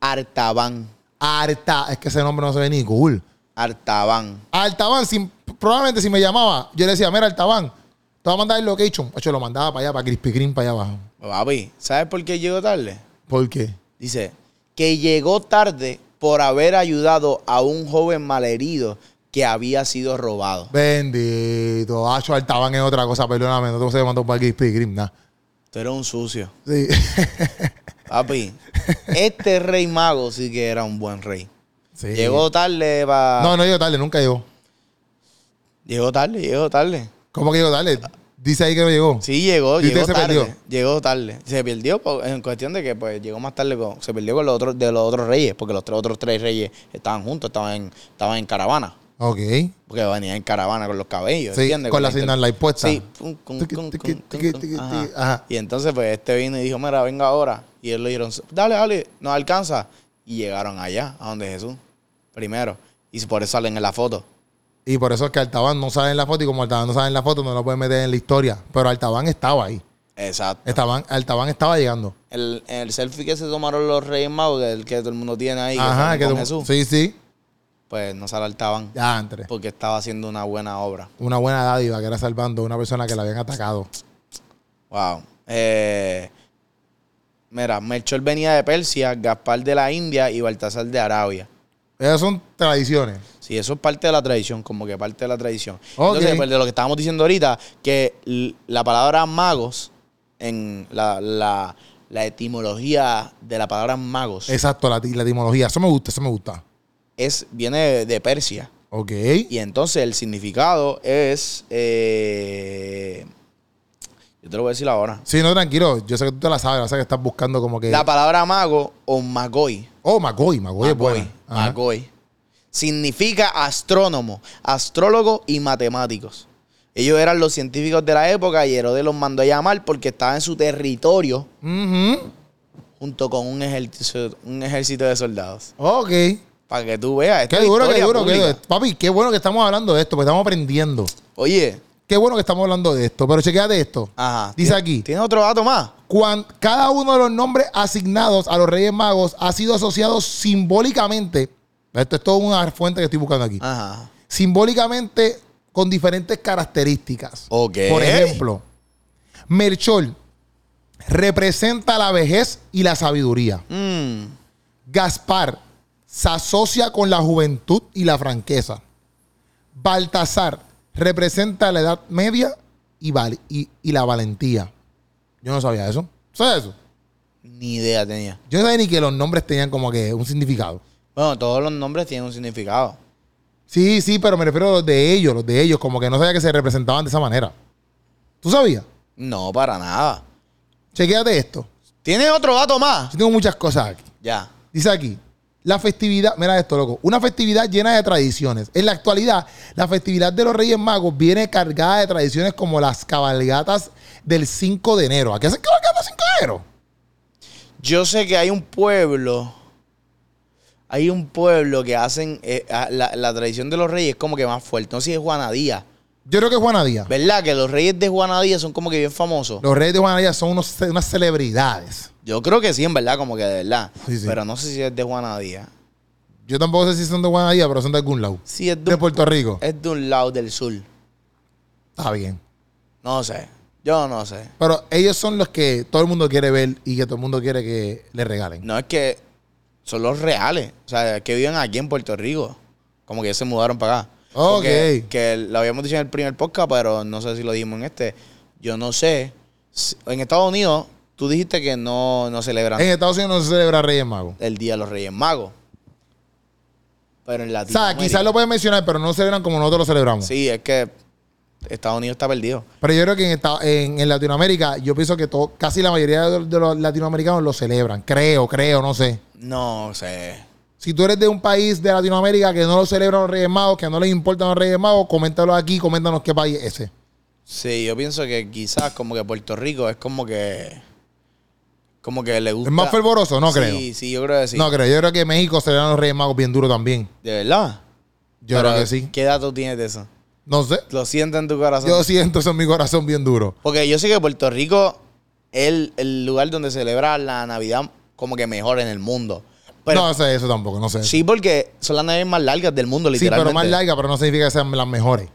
Speaker 3: Artaban.
Speaker 1: Arta, es que ese nombre no se ve ni cool.
Speaker 3: Artaban.
Speaker 1: Altaban, si- probablemente si me llamaba, yo le decía, mira, Altaban, te voy a mandar el location. Ocho, lo mandaba para allá, para Crispy Green, para allá abajo.
Speaker 3: Papi, ¿sabes por qué llegó tarde?
Speaker 1: ¿Por qué?
Speaker 3: Dice que llegó tarde por haber ayudado a un joven malherido que había sido robado.
Speaker 1: Bendito. Acho, Altaban es otra cosa, perdóname, no te voy a mandar para Crispy Green, nada.
Speaker 3: Tú eres un sucio.
Speaker 1: Sí.
Speaker 3: Papi, este rey mago sí que era un buen rey.
Speaker 1: Sí.
Speaker 3: Llegó tarde para...
Speaker 1: No, no llegó tarde, nunca llegó.
Speaker 3: Llegó tarde, llegó tarde.
Speaker 1: ¿Cómo que llegó tarde? Dice ahí que no llegó.
Speaker 3: Sí, llegó,
Speaker 1: ¿Y usted
Speaker 3: llegó
Speaker 1: se
Speaker 3: tarde.
Speaker 1: perdió?
Speaker 3: Llegó tarde. Se perdió por- en cuestión de que pues llegó más tarde, con- se perdió con los otros, de los otros reyes, porque los tres, otros tres reyes estaban juntos, estaban en, estaban en caravana.
Speaker 1: Ok.
Speaker 3: Porque venían en caravana con los cabellos,
Speaker 1: Sí,
Speaker 3: ¿entiendes?
Speaker 1: con la
Speaker 3: inter-
Speaker 1: Sindanlay puesta.
Speaker 3: Sí. Cun, cun,
Speaker 1: Tiqui,
Speaker 3: cun,
Speaker 1: tiqui,
Speaker 3: cun,
Speaker 1: tiqui,
Speaker 3: cun,
Speaker 1: tiqui,
Speaker 3: cun.
Speaker 1: tiqui. Ajá.
Speaker 3: Ajá. Y entonces pues este vino y dijo, mira, venga ahora. Y él le dijeron, dale, dale, nos alcanza. Y llegaron allá, a donde Jesús, primero. Y por eso salen en la foto.
Speaker 1: Y por eso es que Altaban no sale en la foto y como Altaban no sale en la foto no lo pueden meter en la historia. Pero Altaban estaba ahí.
Speaker 3: Exacto.
Speaker 1: Estaban, Altaban estaba llegando.
Speaker 3: El, el selfie que se tomaron los reyes magos, el que todo el mundo tiene ahí,
Speaker 1: Ajá,
Speaker 3: Ajá,
Speaker 1: que
Speaker 3: con
Speaker 1: tú-
Speaker 3: Jesús,
Speaker 1: Sí, sí.
Speaker 3: pues no se alertaban
Speaker 1: Ya, entre.
Speaker 3: porque estaba haciendo una buena obra.
Speaker 1: Una buena dádiva que era salvando a una persona que la habían atacado.
Speaker 3: Wow. Eh, mira, Melchor venía de Persia, Gaspar de la India y Baltasar de Arabia.
Speaker 1: Esas son tradiciones.
Speaker 3: Sí, eso es parte de la tradición, como que parte de la tradición.
Speaker 1: Ok.
Speaker 3: Entonces, pues, de lo que estábamos diciendo ahorita, que l- la palabra magos, en la, la- la etimología de la palabra magos, es,
Speaker 1: Exacto, la, ti- la etimología. Eso me gusta, eso me gusta.
Speaker 3: viene de, de Persia.
Speaker 1: Ok.
Speaker 3: Y entonces el significado es. eh, yo te lo voy a decir ahora.
Speaker 1: Sí, no, tranquilo. Yo sé que tú te la sabes. O sea que estás buscando como que...
Speaker 3: La palabra mago o magoi.
Speaker 1: Oh, Magoy. Magoy es
Speaker 3: Magoi,
Speaker 1: buena. Ajá.
Speaker 3: magoi, Significa astrónomo, astrólogo y matemáticos. Ellos eran los científicos de la época y Herodes los mandó a llamar porque estaba en su territorio
Speaker 1: Ujú.
Speaker 3: junto con un ejército, un ejército de soldados.
Speaker 1: Ok.
Speaker 3: Para que tú veas. esto
Speaker 1: Qué
Speaker 3: es
Speaker 1: duro, qué
Speaker 3: historia
Speaker 1: duro, qué
Speaker 3: pública.
Speaker 1: duro. Papi, qué bueno que estamos hablando de esto, porque estamos aprendiendo.
Speaker 3: Oye,
Speaker 1: Qué bueno que estamos hablando de esto. Pero chequéate esto.
Speaker 3: ajá.
Speaker 1: Dice
Speaker 3: ¿tien-
Speaker 1: aquí.
Speaker 3: ¿Tienes otro dato más?
Speaker 1: Cuan- cada uno de los nombres asignados a los Reyes Magos ha sido asociado simbólicamente. Esto es toda una fuente que estoy buscando aquí.
Speaker 3: Ajá.
Speaker 1: Simbólicamente con diferentes características.
Speaker 3: Ok.
Speaker 1: Por ejemplo, Melchor representa la vejez y la sabiduría.
Speaker 3: Mm,
Speaker 1: Gaspar se asocia con la juventud y la franqueza. Baltasar representa la edad media y, val- y- y la valentía. Yo no sabía eso. ¿Sabes eso?
Speaker 3: ni idea tenía.
Speaker 1: Yo no sabía ni que los nombres tenían como que un significado.
Speaker 3: Bueno, todos los nombres tienen un significado.
Speaker 1: Sí, sí, pero me refiero a los de ellos, los de ellos, como que no sabía que se representaban de esa manera. ¿Tú sabías?
Speaker 3: No, para nada.
Speaker 1: Chequéate esto.
Speaker 3: ¿Tienes otro dato más?
Speaker 1: Yo tengo muchas cosas aquí.
Speaker 3: Ya.
Speaker 1: Dice aquí, la festividad, mira esto, loco, una festividad llena de tradiciones. En la actualidad, la festividad de los Reyes Magos viene cargada de tradiciones como las cabalgatas del 5 de enero. ¿A qué hacen cabalgatas 5 de enero?
Speaker 3: Yo sé que hay un pueblo. Hay un pueblo que hacen. eh, a- la, la tradición de los reyes es como que más fuerte. No sé si es Juanadía.
Speaker 1: Yo creo que Juana Díaz.
Speaker 3: ¿Verdad? Que los reyes de Juanadía son como que bien famosos.
Speaker 1: Los Reyes de Juana Díaz son unos- unas celebridades.
Speaker 3: Yo creo que sí, en verdad, como que de verdad.
Speaker 1: Sí, sí.
Speaker 3: Pero no sé si es de Juanadía.
Speaker 1: Yo tampoco sé si son de Juana Díaz, pero son de algún lado.
Speaker 3: Sí, es de,
Speaker 1: De
Speaker 3: un,
Speaker 1: Puerto Rico.
Speaker 3: es de un lado del sur.
Speaker 1: Está bien.
Speaker 3: No sé. Yo no sé.
Speaker 1: Pero ellos son los que todo el mundo quiere ver y que todo el mundo quiere que le regalen.
Speaker 3: No es que son los reales. O sea, que viven aquí en Puerto Rico. Como que se mudaron para acá.
Speaker 1: Ok.
Speaker 3: Porque- que lo habíamos dicho en el primer podcast, pero no sé si lo dijimos en este. Yo no sé. Si- En Estados Unidos, tú dijiste que no, no celebran
Speaker 1: En Estados Unidos no se celebra Reyes Magos.
Speaker 3: el Día de los Reyes Magos. Pero en
Speaker 1: O sea,
Speaker 3: Latinoamérica.
Speaker 1: quizás lo pueden mencionar, pero no se celebran como nosotros lo celebramos.
Speaker 3: Sí, es que Estados Unidos está perdido.
Speaker 1: Pero yo creo que en, esta- en- en Latinoamérica, yo pienso que todo, casi la mayoría de, de los latinoamericanos lo celebran. Creo, creo, no sé.
Speaker 3: No sé.
Speaker 1: Si tú eres de un país de Latinoamérica que no lo celebran los Reyes Magos, que no les importan los Reyes Magos, coméntalo aquí, coméntanos qué país es ese.
Speaker 3: Sí, yo pienso que quizás como que Puerto Rico es como que. Como que le gusta.
Speaker 1: ¿Es más fervoroso? No creo.
Speaker 3: Sí, sí, yo creo que sí.
Speaker 1: No creo. Yo creo que México celebran los Reyes Magos bien duro también.
Speaker 3: ¿De verdad?
Speaker 1: Yo
Speaker 3: Pero,
Speaker 1: creo que sí.
Speaker 3: ¿Qué dato tienes de eso?
Speaker 1: No sé.
Speaker 3: Lo siento en tu corazón.
Speaker 1: Yo siento eso en mi corazón bien duro.
Speaker 3: Porque yo sé que Puerto Rico es el, el lugar donde celebra la Navidad como que mejor en el mundo. Pero
Speaker 1: no sé eso tampoco, no sé. Sí,
Speaker 3: sí, porque son las navidades más largas del mundo, literalmente.
Speaker 1: pero más larga, pero no significa que sean las mejores.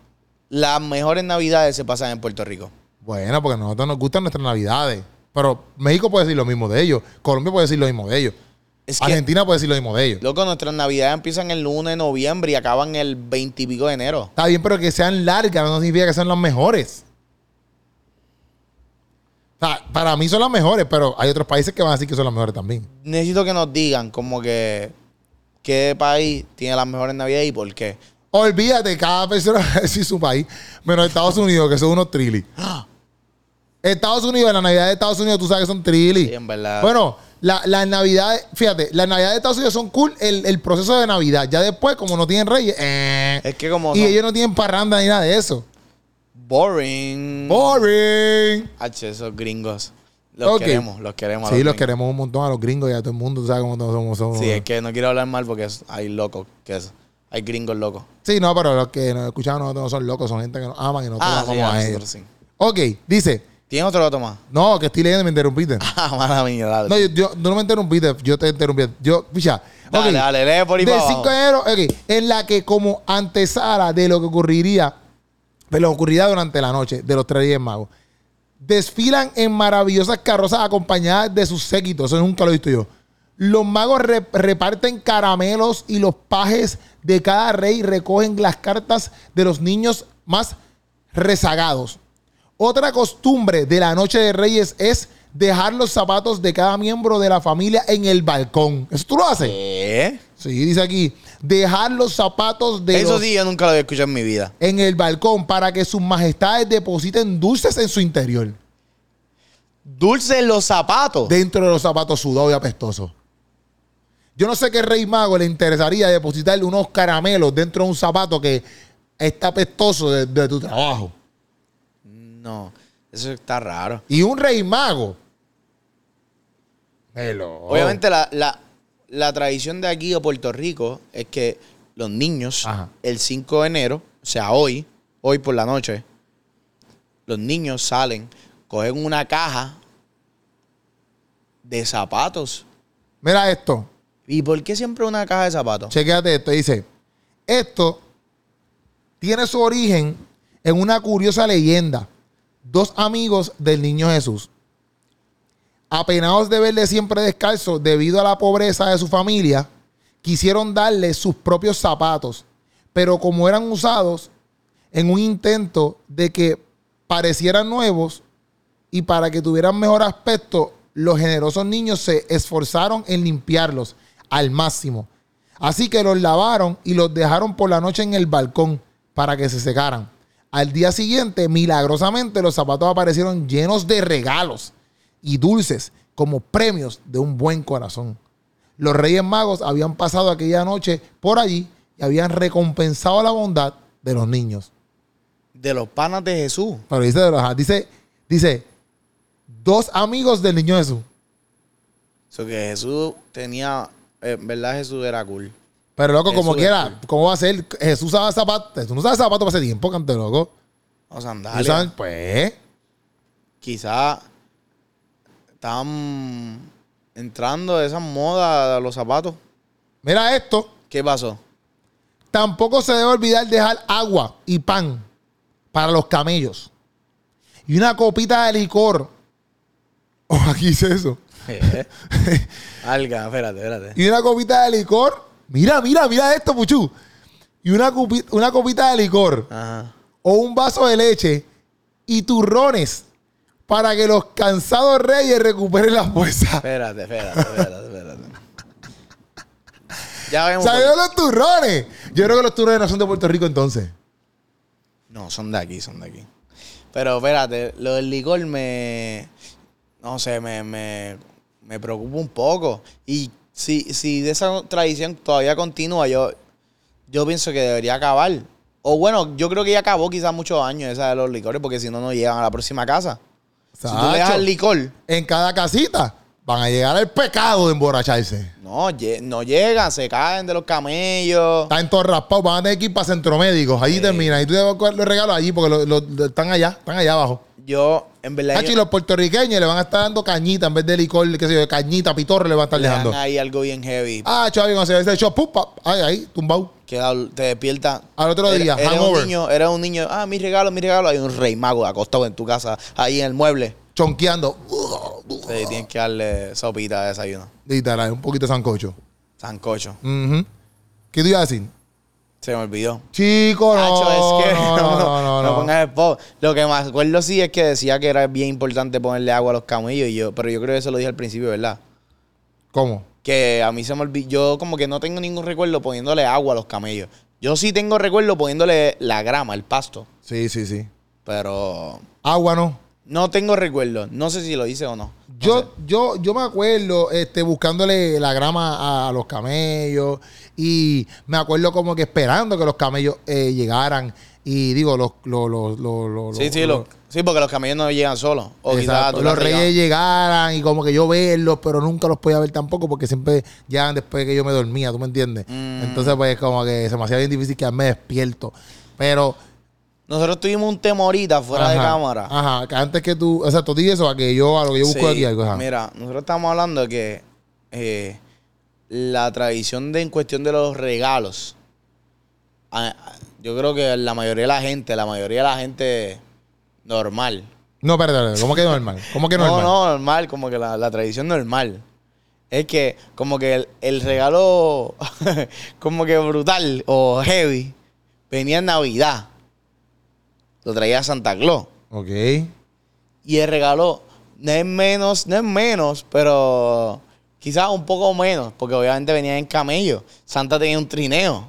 Speaker 3: Las mejores navidades se pasan en Puerto Rico.
Speaker 1: Bueno, porque a nosotros nos gustan nuestras navidades. Pero México puede decir lo mismo de ellos. Colombia puede decir lo mismo de ellos.
Speaker 3: Es que,
Speaker 1: Argentina puede decir lo mismo de ellos.
Speaker 3: loco, nuestras navidades empiezan el lunes de noviembre y acaban el 20 y pico de enero.
Speaker 1: Está bien, pero que sean largas no significa que sean las mejores. O sea, para mí son las mejores, pero hay otros países que van a decir que son las mejores también.
Speaker 3: Necesito que nos digan como que qué país tiene las mejores navidades y por qué.
Speaker 1: Olvídate, cada persona va a decir su país, menos Estados Unidos, que son unos trillis. Estados Unidos, la Navidad de Estados Unidos, tú sabes que son trillis.
Speaker 3: Sí, en verdad.
Speaker 1: Bueno, la- las navidades, fíjate, las navidades de Estados Unidos son cool el, el proceso de Navidad. Ya después, como no tienen reyes, eh,
Speaker 3: Es que como
Speaker 1: y
Speaker 3: son
Speaker 1: ellos no tienen parranda ni nada de eso.
Speaker 3: boring.
Speaker 1: Boring.
Speaker 3: H, esos gringos. Los
Speaker 1: Ok.
Speaker 3: queremos, los queremos. a
Speaker 1: Sí, los
Speaker 3: gringos.
Speaker 1: queremos un montón a los gringos y a todo el mundo, tú sabes cómo todos somos. somos-
Speaker 3: Sí, es que no quiero hablar mal porque es- hay locos, que es- hay gringos locos.
Speaker 1: Sí, no, pero los que nos escuchan a nosotros no son locos, son gente que nos aman y nosotros
Speaker 3: Ah,
Speaker 1: nos
Speaker 3: sí,
Speaker 1: amamos
Speaker 3: a
Speaker 1: a
Speaker 3: nosotros
Speaker 1: ellos.
Speaker 3: sí.
Speaker 1: Ok, dice,
Speaker 3: ¿Tienes otro dato más?
Speaker 1: no, que estoy leyendo y me interrumpiste.
Speaker 3: Ah, mala mía, dale.
Speaker 1: No, yo, yo- tú no me interrumpiste, yo te interrumpí. Yo, picha.
Speaker 3: dale,
Speaker 1: ok.
Speaker 3: dale, lee por ahí
Speaker 1: Del
Speaker 3: para
Speaker 1: 5
Speaker 3: abajo.
Speaker 1: de e- enero, ok, en la que como antesala de lo que ocurriría, de lo que ocurrirá durante la noche de los tres días magos, desfilan en maravillosas carrozas acompañadas de sus séquitos. Eso nunca lo he visto yo. Los magos re- reparten caramelos y los pajes de cada rey recogen las cartas de los niños más rezagados. Otra costumbre de la noche de reyes es dejar los zapatos de cada miembro de la familia en el balcón. ¿Eso tú lo haces?
Speaker 3: ¿Qué?
Speaker 1: Sí, dice aquí, dejar los zapatos de
Speaker 3: Eso
Speaker 1: los-
Speaker 3: sí, yo nunca lo había escuchado en mi vida.
Speaker 1: en el balcón para que sus majestades depositen dulces en su interior,
Speaker 3: Dulce en los zapatos.
Speaker 1: dentro de los zapatos sudados y apestosos. Yo no sé qué rey mago le interesaría depositarle unos caramelos dentro de un zapato que está apestoso de, de tu trabajo.
Speaker 3: No, eso está raro.
Speaker 1: Y un rey mago. Hello.
Speaker 3: Obviamente la, la- la tradición de aquí de Puerto Rico es que los niños
Speaker 1: Ajá.
Speaker 3: el 5 de enero, o sea, hoy, hoy por la noche, los niños salen, cogen una caja de zapatos.
Speaker 1: Mira esto.
Speaker 3: ¿Y por qué siempre una caja de zapatos?
Speaker 1: Chequéate esto. Dice, esto tiene su origen en una curiosa leyenda. Dos amigos del niño Jesús, apenados de verle siempre descalzo debido a la pobreza de su familia, quisieron darle sus propios zapatos, pero como eran usados en un intento de que parecieran nuevos y para que tuvieran mejor aspecto, los generosos niños se esforzaron en limpiarlos al máximo. Así que los lavaron y los dejaron por la noche en el balcón para que se secaran. Al día siguiente, milagrosamente, los zapatos aparecieron llenos de regalos y dulces como premios de un buen corazón. Los reyes magos habían pasado aquella noche por allí y habían recompensado la bondad de los niños.
Speaker 3: De los panas de Jesús.
Speaker 1: Pero dice de los ajá, dice, dice, dos amigos del niño Jesús.
Speaker 3: Eso que Jesús tenía, eh, en verdad Jesús era cool.
Speaker 1: Pero loco, como
Speaker 3: Eso es
Speaker 1: quiera, ¿cómo va a ser? Jesús usaba zapatos. Jesús no usaba zapatos para ese tiempo, cante loco.
Speaker 3: O
Speaker 1: Jesús
Speaker 3: sandalias.
Speaker 1: usaba- pues,
Speaker 3: Quizás están entrando esas modas de los zapatos.
Speaker 1: mira esto.
Speaker 3: ¿Qué pasó?
Speaker 1: Tampoco se debe olvidar dejar agua y pan para los camellos. Y una copita de licor. Oh, aquí hice eso.
Speaker 3: ¿eh? Alga, espérate, espérate.
Speaker 1: Y una copita de licor. Mira, mira, mira esto, Puchu. Y una, cupi- una copita de licor.
Speaker 3: Ajá.
Speaker 1: o un vaso de leche y turrones para que los cansados reyes recuperen la fuerza.
Speaker 3: Espérate, espérate, espérate, espérate. Ya vemos.
Speaker 1: ¿Sabes
Speaker 3: por-
Speaker 1: los turrones? Yo creo que los turrones no son de Puerto Rico entonces.
Speaker 3: No, son de aquí, son de aquí. Pero espérate, lo del licor me. No sé, me, me, me preocupa un poco. Y si, si de esa tradición todavía continúa, yo, yo pienso que debería acabar. O bueno, yo creo que ya acabó quizás muchos años esa de los licores, porque si no, no llegan a la próxima casa. Si tú
Speaker 1: Sacho,
Speaker 3: le dejas el licor,
Speaker 1: en cada casita van a llegar al pecado de emborracharse.
Speaker 3: no, lle- no llegan, se caen de los camellos.
Speaker 1: Están todos raspados, van a tener que ir para centromédicos. Ahí termina. Y tú debes coger los regalos allí porque los, los- los- están allá, están allá abajo.
Speaker 3: yo, en verdad.
Speaker 1: Hachi,
Speaker 3: yo-
Speaker 1: los puertorriqueños le van a estar dando cañita en vez de licor, qué sé yo, cañita, pitorre le van a estar
Speaker 3: le dan
Speaker 1: dejando.
Speaker 3: ahí algo bien heavy.
Speaker 1: Ah, chaval, cuando se ese show, pupa, ay, ahí, tumbao.
Speaker 3: que da- te despierta.
Speaker 1: Al otro día,
Speaker 3: era, era un
Speaker 1: hangover.
Speaker 3: niño, era un niño, ah, mi regalo, mi regalo. Hay un rey mago acostado en tu casa, ahí en el mueble.
Speaker 1: chonqueando.
Speaker 3: Sí, tienes que darle sopita de desayuno.
Speaker 1: Literal, un poquito de sancocho.
Speaker 3: Sancocho.
Speaker 1: Ujú. ¿Qué te iba a decir?
Speaker 3: Se me olvidó.
Speaker 1: Chico, no,
Speaker 3: Nacho, es que
Speaker 1: no, no, no, no.
Speaker 3: pongas spot. Lo que me acuerdo sí es que decía que era bien importante ponerle agua a los camellos, y yo, pero yo creo que eso lo dije al principio, ¿verdad?
Speaker 1: ¿Cómo?
Speaker 3: Que a mí se me olvidó, yo como que no tengo ningún recuerdo poniéndole agua a los camellos. Yo sí tengo recuerdo poniéndole la grama, el pasto,
Speaker 1: Sí, sí, sí.
Speaker 3: pero
Speaker 1: Agua no.
Speaker 3: no tengo recuerdo. No sé si lo hice o no. No
Speaker 1: Yo,
Speaker 3: sé.
Speaker 1: yo, yo me acuerdo este, buscándole la grama a los camellos y me acuerdo como que esperando que los camellos eh, llegaran y digo, los... los, los, los, los-
Speaker 3: Sí, sí,
Speaker 1: los-
Speaker 3: lo- sí, porque los camellos no llegan solos. O quizás
Speaker 1: Exacto,
Speaker 3: tú
Speaker 1: los
Speaker 3: las regas.
Speaker 1: reyes llegaran y como que yo verlos, pero nunca los podía ver tampoco porque siempre llegaban después que yo me dormía, ¿tú me entiendes?
Speaker 3: Mm.
Speaker 1: Entonces, pues como que se me hacía bien difícil quedarme despierto. Pero...
Speaker 3: Nosotros tuvimos un temorita fuera de
Speaker 1: ajá,
Speaker 3: cámara.
Speaker 1: Ajá, que antes que tú... Exacto, di eso a que yo, a lo que yo busco
Speaker 3: Sí,
Speaker 1: aquí algo. ajá.
Speaker 3: Mira, nosotros estamos hablando de que eh, la tradición de en cuestión de los regalos. a- a- yo creo que la mayoría de la gente, la mayoría de la gente normal.
Speaker 1: No, espérate, espérate, ¿cómo que normal? ¿Cómo que normal?
Speaker 3: No, no, normal, como que la, la tradición normal. Es que como que el, el regalo como que brutal o heavy venía en Navidad. Lo traía Santa Claus.
Speaker 1: Ok.
Speaker 3: Y el regalo no es menos, no es menos, pero quizás un poco menos, porque obviamente venía en camello. Santa tenía un trineo.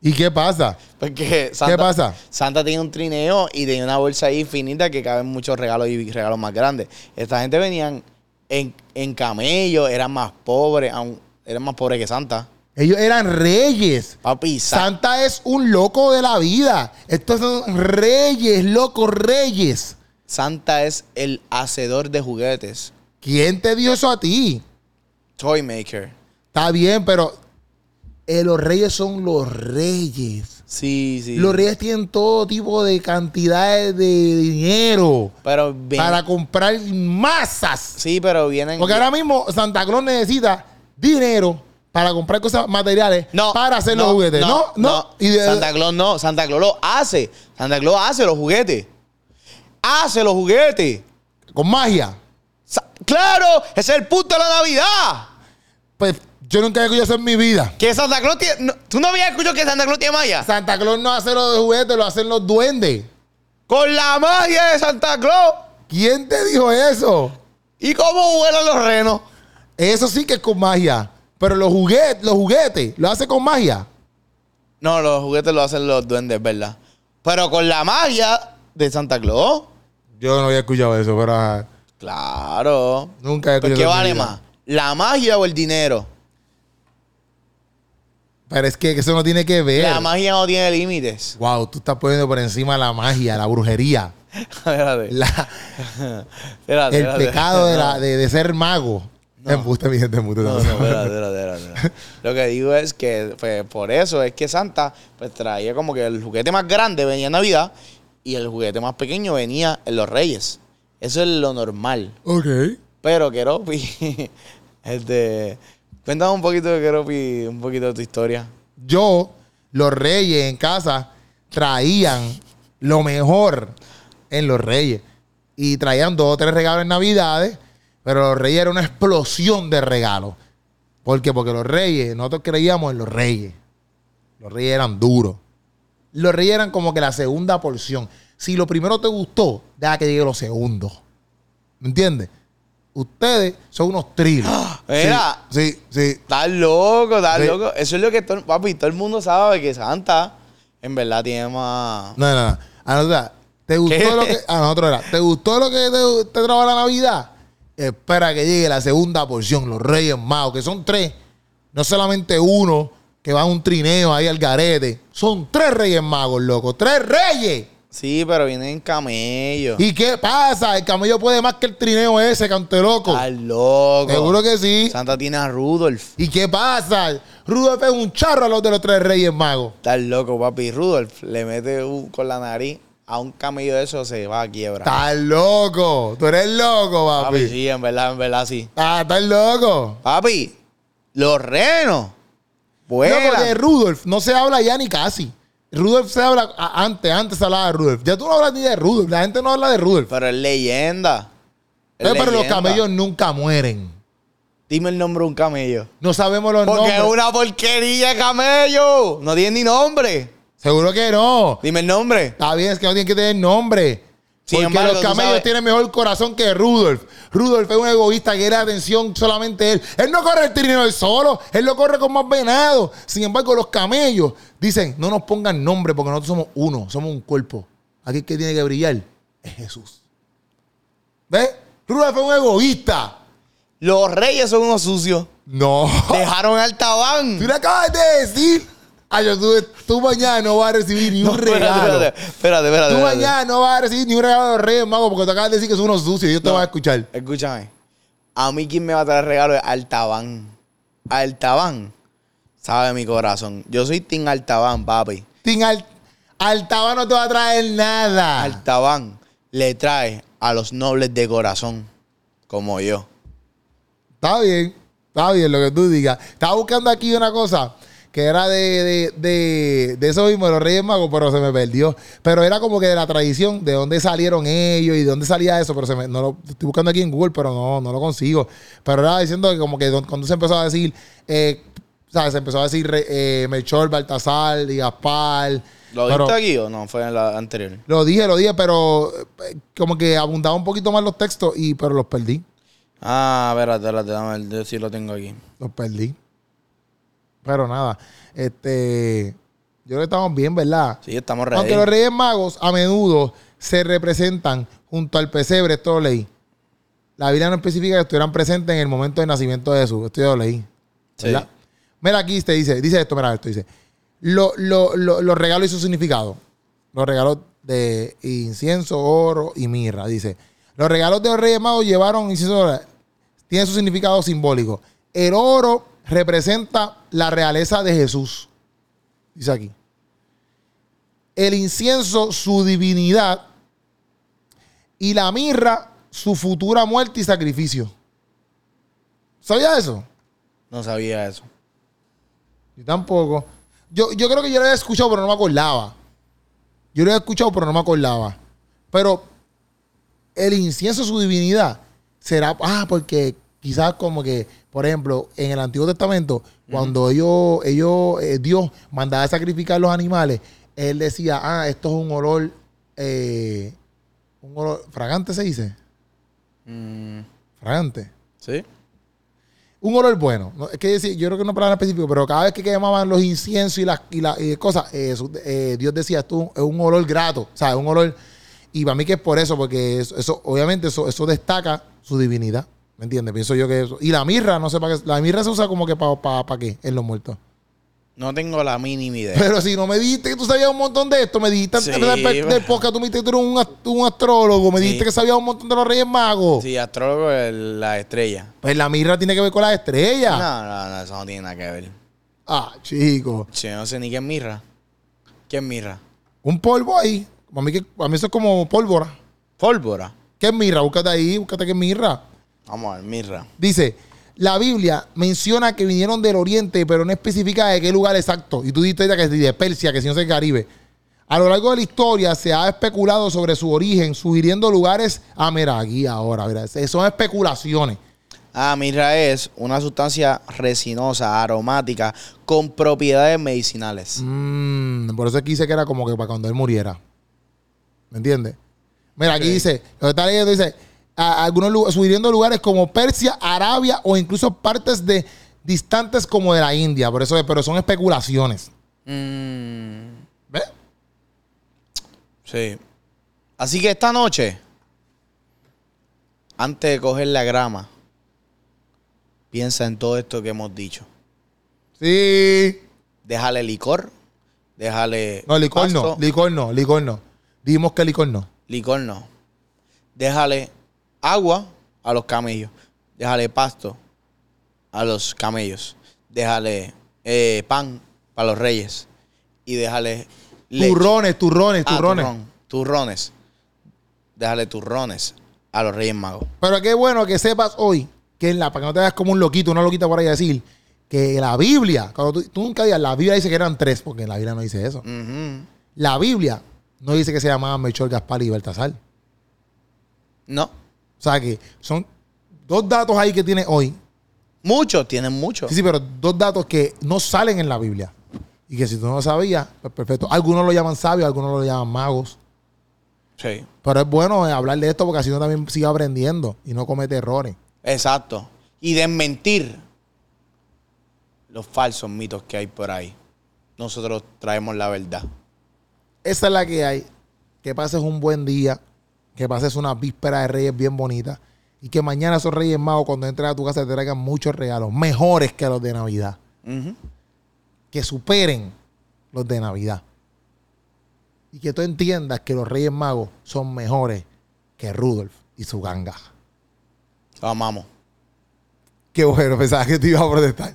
Speaker 1: ¿Y qué pasa?
Speaker 3: Porque Santa,
Speaker 1: pasa?
Speaker 3: Santa tenía un trineo y tenía una bolsa ahí finita que caben muchos regalos y regalos más grandes. Esta gente venían en, en camello, eran más pobres, aún- eran más pobres que Santa.
Speaker 1: Ellos eran reyes.
Speaker 3: Papi, Santa.
Speaker 1: Santa es un loco de la vida. Estos son reyes, locos reyes.
Speaker 3: Santa es el hacedor de juguetes,
Speaker 1: ¿Quién te dio eso a ti?
Speaker 3: toy maker.
Speaker 1: Está bien, pero eh, los reyes son los reyes.
Speaker 3: Sí, sí.
Speaker 1: Los reyes tienen todo tipo de cantidades de dinero
Speaker 3: Pero ven-
Speaker 1: para comprar masas.
Speaker 3: Sí, pero vienen.
Speaker 1: Porque ahora mismo Santa Claus necesita dinero para comprar cosas materiales
Speaker 3: No.
Speaker 1: para hacer los juguetes. No, no. Y de-
Speaker 3: Santa Claus no. Santa Claus lo hace. Santa Claus hace los juguetes. Hace los juguetes.
Speaker 1: con magia.
Speaker 3: Sa- claro, ese es el punto de la Navidad.
Speaker 1: Pues yo nunca he escuchado eso en mi vida.
Speaker 3: Que Santa Claus tiene. no, ¿Tú no habías escuchado que Santa Claus tiene magia?
Speaker 1: Santa Claus no hace los juguetes, lo hacen los duendes.
Speaker 3: Con la magia de Santa Claus.
Speaker 1: ¿Quién te dijo eso?
Speaker 3: ¿Y cómo vuelan los renos?
Speaker 1: Eso sí que es con magia. Pero los juguetes, los juguetes, lo hace con magia.
Speaker 3: No, los juguetes los hacen los duendes, ¿verdad? Pero con la magia de Santa Claus.
Speaker 1: Yo no había escuchado eso, pero ajá.
Speaker 3: Claro.
Speaker 1: nunca he
Speaker 3: ¿Pero
Speaker 1: escuchado
Speaker 3: ¿Qué
Speaker 1: eso en mi
Speaker 3: vale
Speaker 1: vida.
Speaker 3: más? ¿La magia o el dinero?
Speaker 1: Pero es que eso no tiene que ver.
Speaker 3: La magia no tiene límites.
Speaker 1: Wow, tú estás poniendo por encima la magia, la brujería,
Speaker 3: Espérate.
Speaker 1: la-
Speaker 3: Espérate,
Speaker 1: el
Speaker 3: espérate.
Speaker 1: pecado de,
Speaker 3: No,
Speaker 1: la- de, de ser mago. Embuste, mi gente, embuste.
Speaker 3: No, no, espérate, espérate, espérate, espérate. Lo que digo es que pues, por eso es que Santa pues traía como que el juguete más grande venía en Navidad y el juguete más pequeño venía en los Reyes. Eso es lo normal.
Speaker 1: Ok.
Speaker 3: Pero Keropi, este, cuéntame un poquito de Keropi, un poquito de tu historia.
Speaker 1: yo, los reyes en casa, traían lo mejor en los reyes. Y traían dos o tres regalos en Navidades, pero los reyes era una explosión de regalos. ¿Por qué? Porque los reyes, nosotros creíamos en los reyes. Los reyes eran duros. Los reyes eran como que la segunda porción. Si lo primero te gustó, deja que llegue lo segundo. ¿Me entiendes? Ustedes son unos trilos.
Speaker 3: Mira.
Speaker 1: Sí, sí, sí.
Speaker 3: Estás loco, estás
Speaker 1: Sí.
Speaker 3: loco. Eso es lo que todo, papi, todo el mundo sabe que Santa en verdad tiene más.
Speaker 1: No, no, no. A nosotros, ¿te gustó
Speaker 3: ¿Qué?
Speaker 1: lo que. A nosotros era. ¿Te gustó lo que te, te trajo la Navidad? Espera que llegue la segunda porción, los Reyes Magos, que son tres. No solamente uno que va a un trineo ahí al garete. Son tres Reyes Magos, loco. ¡Tres Reyes!
Speaker 3: Sí, pero viene en camello.
Speaker 1: ¿Y qué pasa? El camello puede más que el trineo ese, cante loco.
Speaker 3: Estás loco.
Speaker 1: Seguro que sí.
Speaker 3: Santa tiene a Rudolf.
Speaker 1: ¿Y qué pasa? Rudolf es un charro a los de los tres Reyes Magos.
Speaker 3: Estás loco, papi. Rudolf le mete un- con la nariz a un camello de eso se va a quiebra.
Speaker 1: Estás loco. Tú eres loco, papi.
Speaker 3: Papi, sí, en verdad, en verdad, sí.
Speaker 1: Ah, estás loco.
Speaker 3: Papi, los renos.
Speaker 1: No,
Speaker 3: Vuelan.
Speaker 1: porque de Rudolf no se habla ya ni casi. Rudolf se habla a- antes, antes se hablaba de Rudolf. Ya tú no hablas ni de Rudolf. La gente no habla de Rudolf.
Speaker 3: Pero es leyenda. Es
Speaker 1: Pero, Eh, pero los
Speaker 3: leyenda.
Speaker 1: camellos nunca mueren.
Speaker 3: Dime el nombre de un camello.
Speaker 1: No sabemos los
Speaker 3: Porque
Speaker 1: nombres.
Speaker 3: es una porquería de camello. No tiene ni nombre.
Speaker 1: Seguro que no.
Speaker 3: Dime el nombre.
Speaker 1: Está bien, es que no tienen que tener nombre.
Speaker 3: Sin
Speaker 1: porque
Speaker 3: embargo,
Speaker 1: los
Speaker 3: tú
Speaker 1: camellos
Speaker 3: sabes-
Speaker 1: tienen mejor corazón que Rudolf. Rudolf es un egoísta que era atención solamente él. Él no corre el trineo él solo, él lo corre con más venado. Sin embargo, los camellos dicen, no nos pongan nombre porque nosotros somos uno, somos un cuerpo. Aquí el que tiene que brillar es Jesús. ¿Ves? Rudolf es un egoísta.
Speaker 3: Los reyes son unos sucios.
Speaker 1: No.
Speaker 3: Dejaron al tabán.
Speaker 1: Tú le acabas de decir, ay, yo, tú, tú mañana no vas a recibir ni un regalo.
Speaker 3: Espérate, espérate, espérate.
Speaker 1: Tú
Speaker 3: espérate.
Speaker 1: mañana no vas a recibir ni un regalo de los Reyes Magos porque te acabas de decir que son unos sucios y ellos te
Speaker 3: No.
Speaker 1: van a escuchar.
Speaker 3: Escúchame. A mí quien me va a traer regalo es Altabán. Altabán. Sabe mi corazón. Yo soy Team Altabán, papi.
Speaker 1: Tin Al- Altaba no te va a traer nada.
Speaker 3: Altabán le trae a los nobles de corazón, como yo.
Speaker 1: está bien, está bien lo que tú digas. Estaba buscando aquí una cosa que era de, de, de, de eso mismo, de los Reyes Magos, pero se me perdió. Pero era como que de la tradición, de dónde salieron ellos y de dónde salía eso, pero se me, no lo estoy buscando aquí en Google, pero no, no lo consigo. Pero era diciendo que como que don- cuando se empezó a decir, eh, ¿sabes? Se empezó a decir re- eh, Melchor, Baltasar y Gaspar.
Speaker 3: ¿Lo
Speaker 1: Pero-
Speaker 3: viste aquí o no? Fue en la anterior.
Speaker 1: Lo dije, lo dije, pero eh, como que abundaba un poquito más los textos, y pero los perdí.
Speaker 3: Ah, espérate, espérate, dame el- yo sí lo tengo aquí.
Speaker 1: Los perdí. Pero nada, este. Yo creo que estamos bien, ¿verdad?
Speaker 3: Sí, estamos ready.
Speaker 1: Aunque los Reyes Magos a menudo se representan junto al pesebre, esto lo leí. La Biblia no especifica que estuvieran presentes en el momento del nacimiento de Jesús. Esto yo lo leí.
Speaker 3: Sí.
Speaker 1: ¿verdad? Mira aquí te dice, dice esto, mira esto, dice. Lo- lo- lo- los regalos y su significado. Los regalos de incienso, oro y mirra, dice. Los regalos de los Reyes Magos llevaron incienso, oro. Tiene su significado simbólico. El oro representa la realeza de Jesús. Dice aquí. El incienso, su divinidad. Y la mirra, su futura muerte y sacrificio. ¿Sabía eso?
Speaker 3: No sabía eso.
Speaker 1: Yo tampoco. Yo, yo creo que yo lo había escuchado, pero no me acordaba. Yo lo había escuchado, pero no me acordaba. Pero el incienso, su divinidad, será. Ah, porque quizás como que, por ejemplo, en el Antiguo Testamento, cuando ellos, ellos, eh, Dios mandaba a sacrificar los animales, él decía, ah, esto es un olor, eh, un olor, fragante se dice,
Speaker 3: Mm,
Speaker 1: fragante.
Speaker 3: ¿Sí?
Speaker 1: Un olor bueno. No, es que decir, yo creo que no palabra específico, pero cada vez que quemaban los inciensos y las y las- y cosas, eh, eso, eh, Dios decía, esto es un olor grato, o sea, es un olor. Y para mí que es por eso, porque eso, eso, obviamente eso, eso destaca su divinidad. ¿Me entiendes? Pienso yo que eso. Y la mirra, no sé para qué. La mirra se usa como que para pa, pa qué, en los muertos.
Speaker 3: No tengo la mínima idea.
Speaker 1: Pero si no me dijiste que tú sabías un montón de esto, me dijiste antes
Speaker 3: Eh. Sí,
Speaker 1: de empezar el-
Speaker 3: bueno.
Speaker 1: del podcast, tú me dijiste que tú eres un, ast- un astrólogo, me
Speaker 3: Sí.
Speaker 1: dijiste que sabías un montón de los Reyes Magos.
Speaker 3: Sí, astrólogo es la estrella.
Speaker 1: Pues la mirra tiene que ver con las estrellas.
Speaker 3: No, no, no, eso no tiene nada que ver.
Speaker 1: Ah, chico.
Speaker 3: Che, no sé ni qué es mirra. ¿Qué es mirra?
Speaker 1: un polvo ahí. Para mí, que, para mí eso es como pólvora.
Speaker 3: Pólvora.
Speaker 1: ¿Qué es mirra? Búscate ahí, búscate qué es mirra.
Speaker 3: Vamos a ver, mirra.
Speaker 1: Dice, la Biblia menciona que vinieron del oriente, pero no especifica de qué lugar exacto. Y tú dijiste ahorita que si de Persia, que si no es el Caribe. A lo largo de la historia se ha especulado sobre su origen, sugiriendo lugares. Ah, mira, aquí ahora, mira, es- son especulaciones.
Speaker 3: Ah, mirra es una sustancia resinosa, aromática, con propiedades medicinales.
Speaker 1: Mm, por eso es que dice que era como que para cuando él muriera. ¿Me entiendes? Mira, aquí dice, lo que está leyendo dice, a- algunos lu- sugiriendo lugares como Persia, Arabia o incluso partes de distantes como de la India. Por eso, es- pero son especulaciones.
Speaker 3: Mm,
Speaker 1: ¿Ves?
Speaker 3: sí. Así que esta noche, antes de coger la grama, piensa en todo esto que hemos dicho.
Speaker 1: Sí.
Speaker 3: Déjale licor, déjale.
Speaker 1: No, licor no,
Speaker 3: pasto.
Speaker 1: licor no, licor no. Dijimos que licor no.
Speaker 3: Licor no. Déjale agua a los camellos. Déjale pasto a los camellos. Déjale eh, pan para los reyes. Y déjale leche.
Speaker 1: Turrones, turrones,
Speaker 3: Ah,
Speaker 1: turrones.
Speaker 3: turrón. turrones. Déjale turrones a los Reyes Magos.
Speaker 1: Pero qué bueno que sepas hoy que en la, para que no te veas como un loquito, una loquita por ahí a decir que la Biblia, cuando tú, tú nunca digas, la Biblia dice que eran tres, porque la Biblia no dice eso.
Speaker 3: Ujú.
Speaker 1: La Biblia no dice que se llamaban Melchor, Gaspar y Baltasar. O
Speaker 3: No.
Speaker 1: sea que son dos datos ahí que tiene hoy.
Speaker 3: Muchos, tienen muchos.
Speaker 1: Sí, sí, pero dos datos que no salen en la Biblia. Y que si tú no lo sabías, pues perfecto. Algunos lo llaman sabios, algunos lo llaman magos.
Speaker 3: Sí.
Speaker 1: Pero es bueno eh, hablar de esto porque así uno también sigue aprendiendo y no comete errores.
Speaker 3: Exacto. Y desmentir los falsos mitos que hay por ahí. Nosotros traemos la verdad.
Speaker 1: Esa es la que hay. Que pases un buen día. Que pases una víspera de Reyes bien bonita. Y que mañana esos Reyes Magos, cuando entres a tu casa, te traigan muchos regalos. Mejores que los de Navidad.
Speaker 3: Ujú.
Speaker 1: Que superen los de Navidad. Y que tú entiendas que los Reyes Magos son mejores que Rudolf y su ganga.
Speaker 3: Lo amamos.
Speaker 1: Qué bueno, pensaba que te iba a protestar.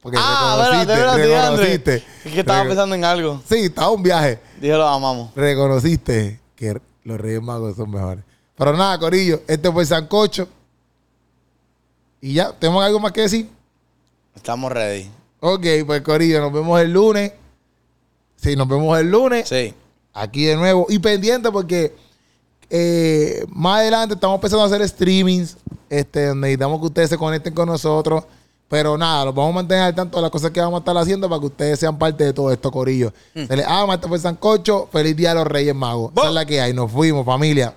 Speaker 1: Porque
Speaker 3: Ah, espérate, espérate,
Speaker 1: reconociste.
Speaker 3: Andrés. Es que estaba
Speaker 1: Reco-
Speaker 3: pensando en algo.
Speaker 1: Sí, estaba un viaje.
Speaker 3: Dije, lo amamos.
Speaker 1: reconociste que los Reyes Magos son mejores. Pero nada, Corillo, este fue el Sancocho. Y ya, ¿tenemos algo más que decir?
Speaker 3: Estamos ready.
Speaker 1: Ok, pues Corillo, nos vemos el lunes. Sí, nos vemos el lunes.
Speaker 3: Sí.
Speaker 1: Aquí de nuevo. Y pendiente porque eh, más adelante estamos empezando a hacer streamings. Este, donde necesitamos que ustedes se conecten con nosotros. Pero nada, los vamos a mantener al tanto de las cosas que vamos a estar haciendo para que ustedes sean parte de todo esto, Corillo. Se les ama, este fue el Sancocho. Feliz día a los Reyes Magos. Esa es la que hay. Nos fuimos, familia.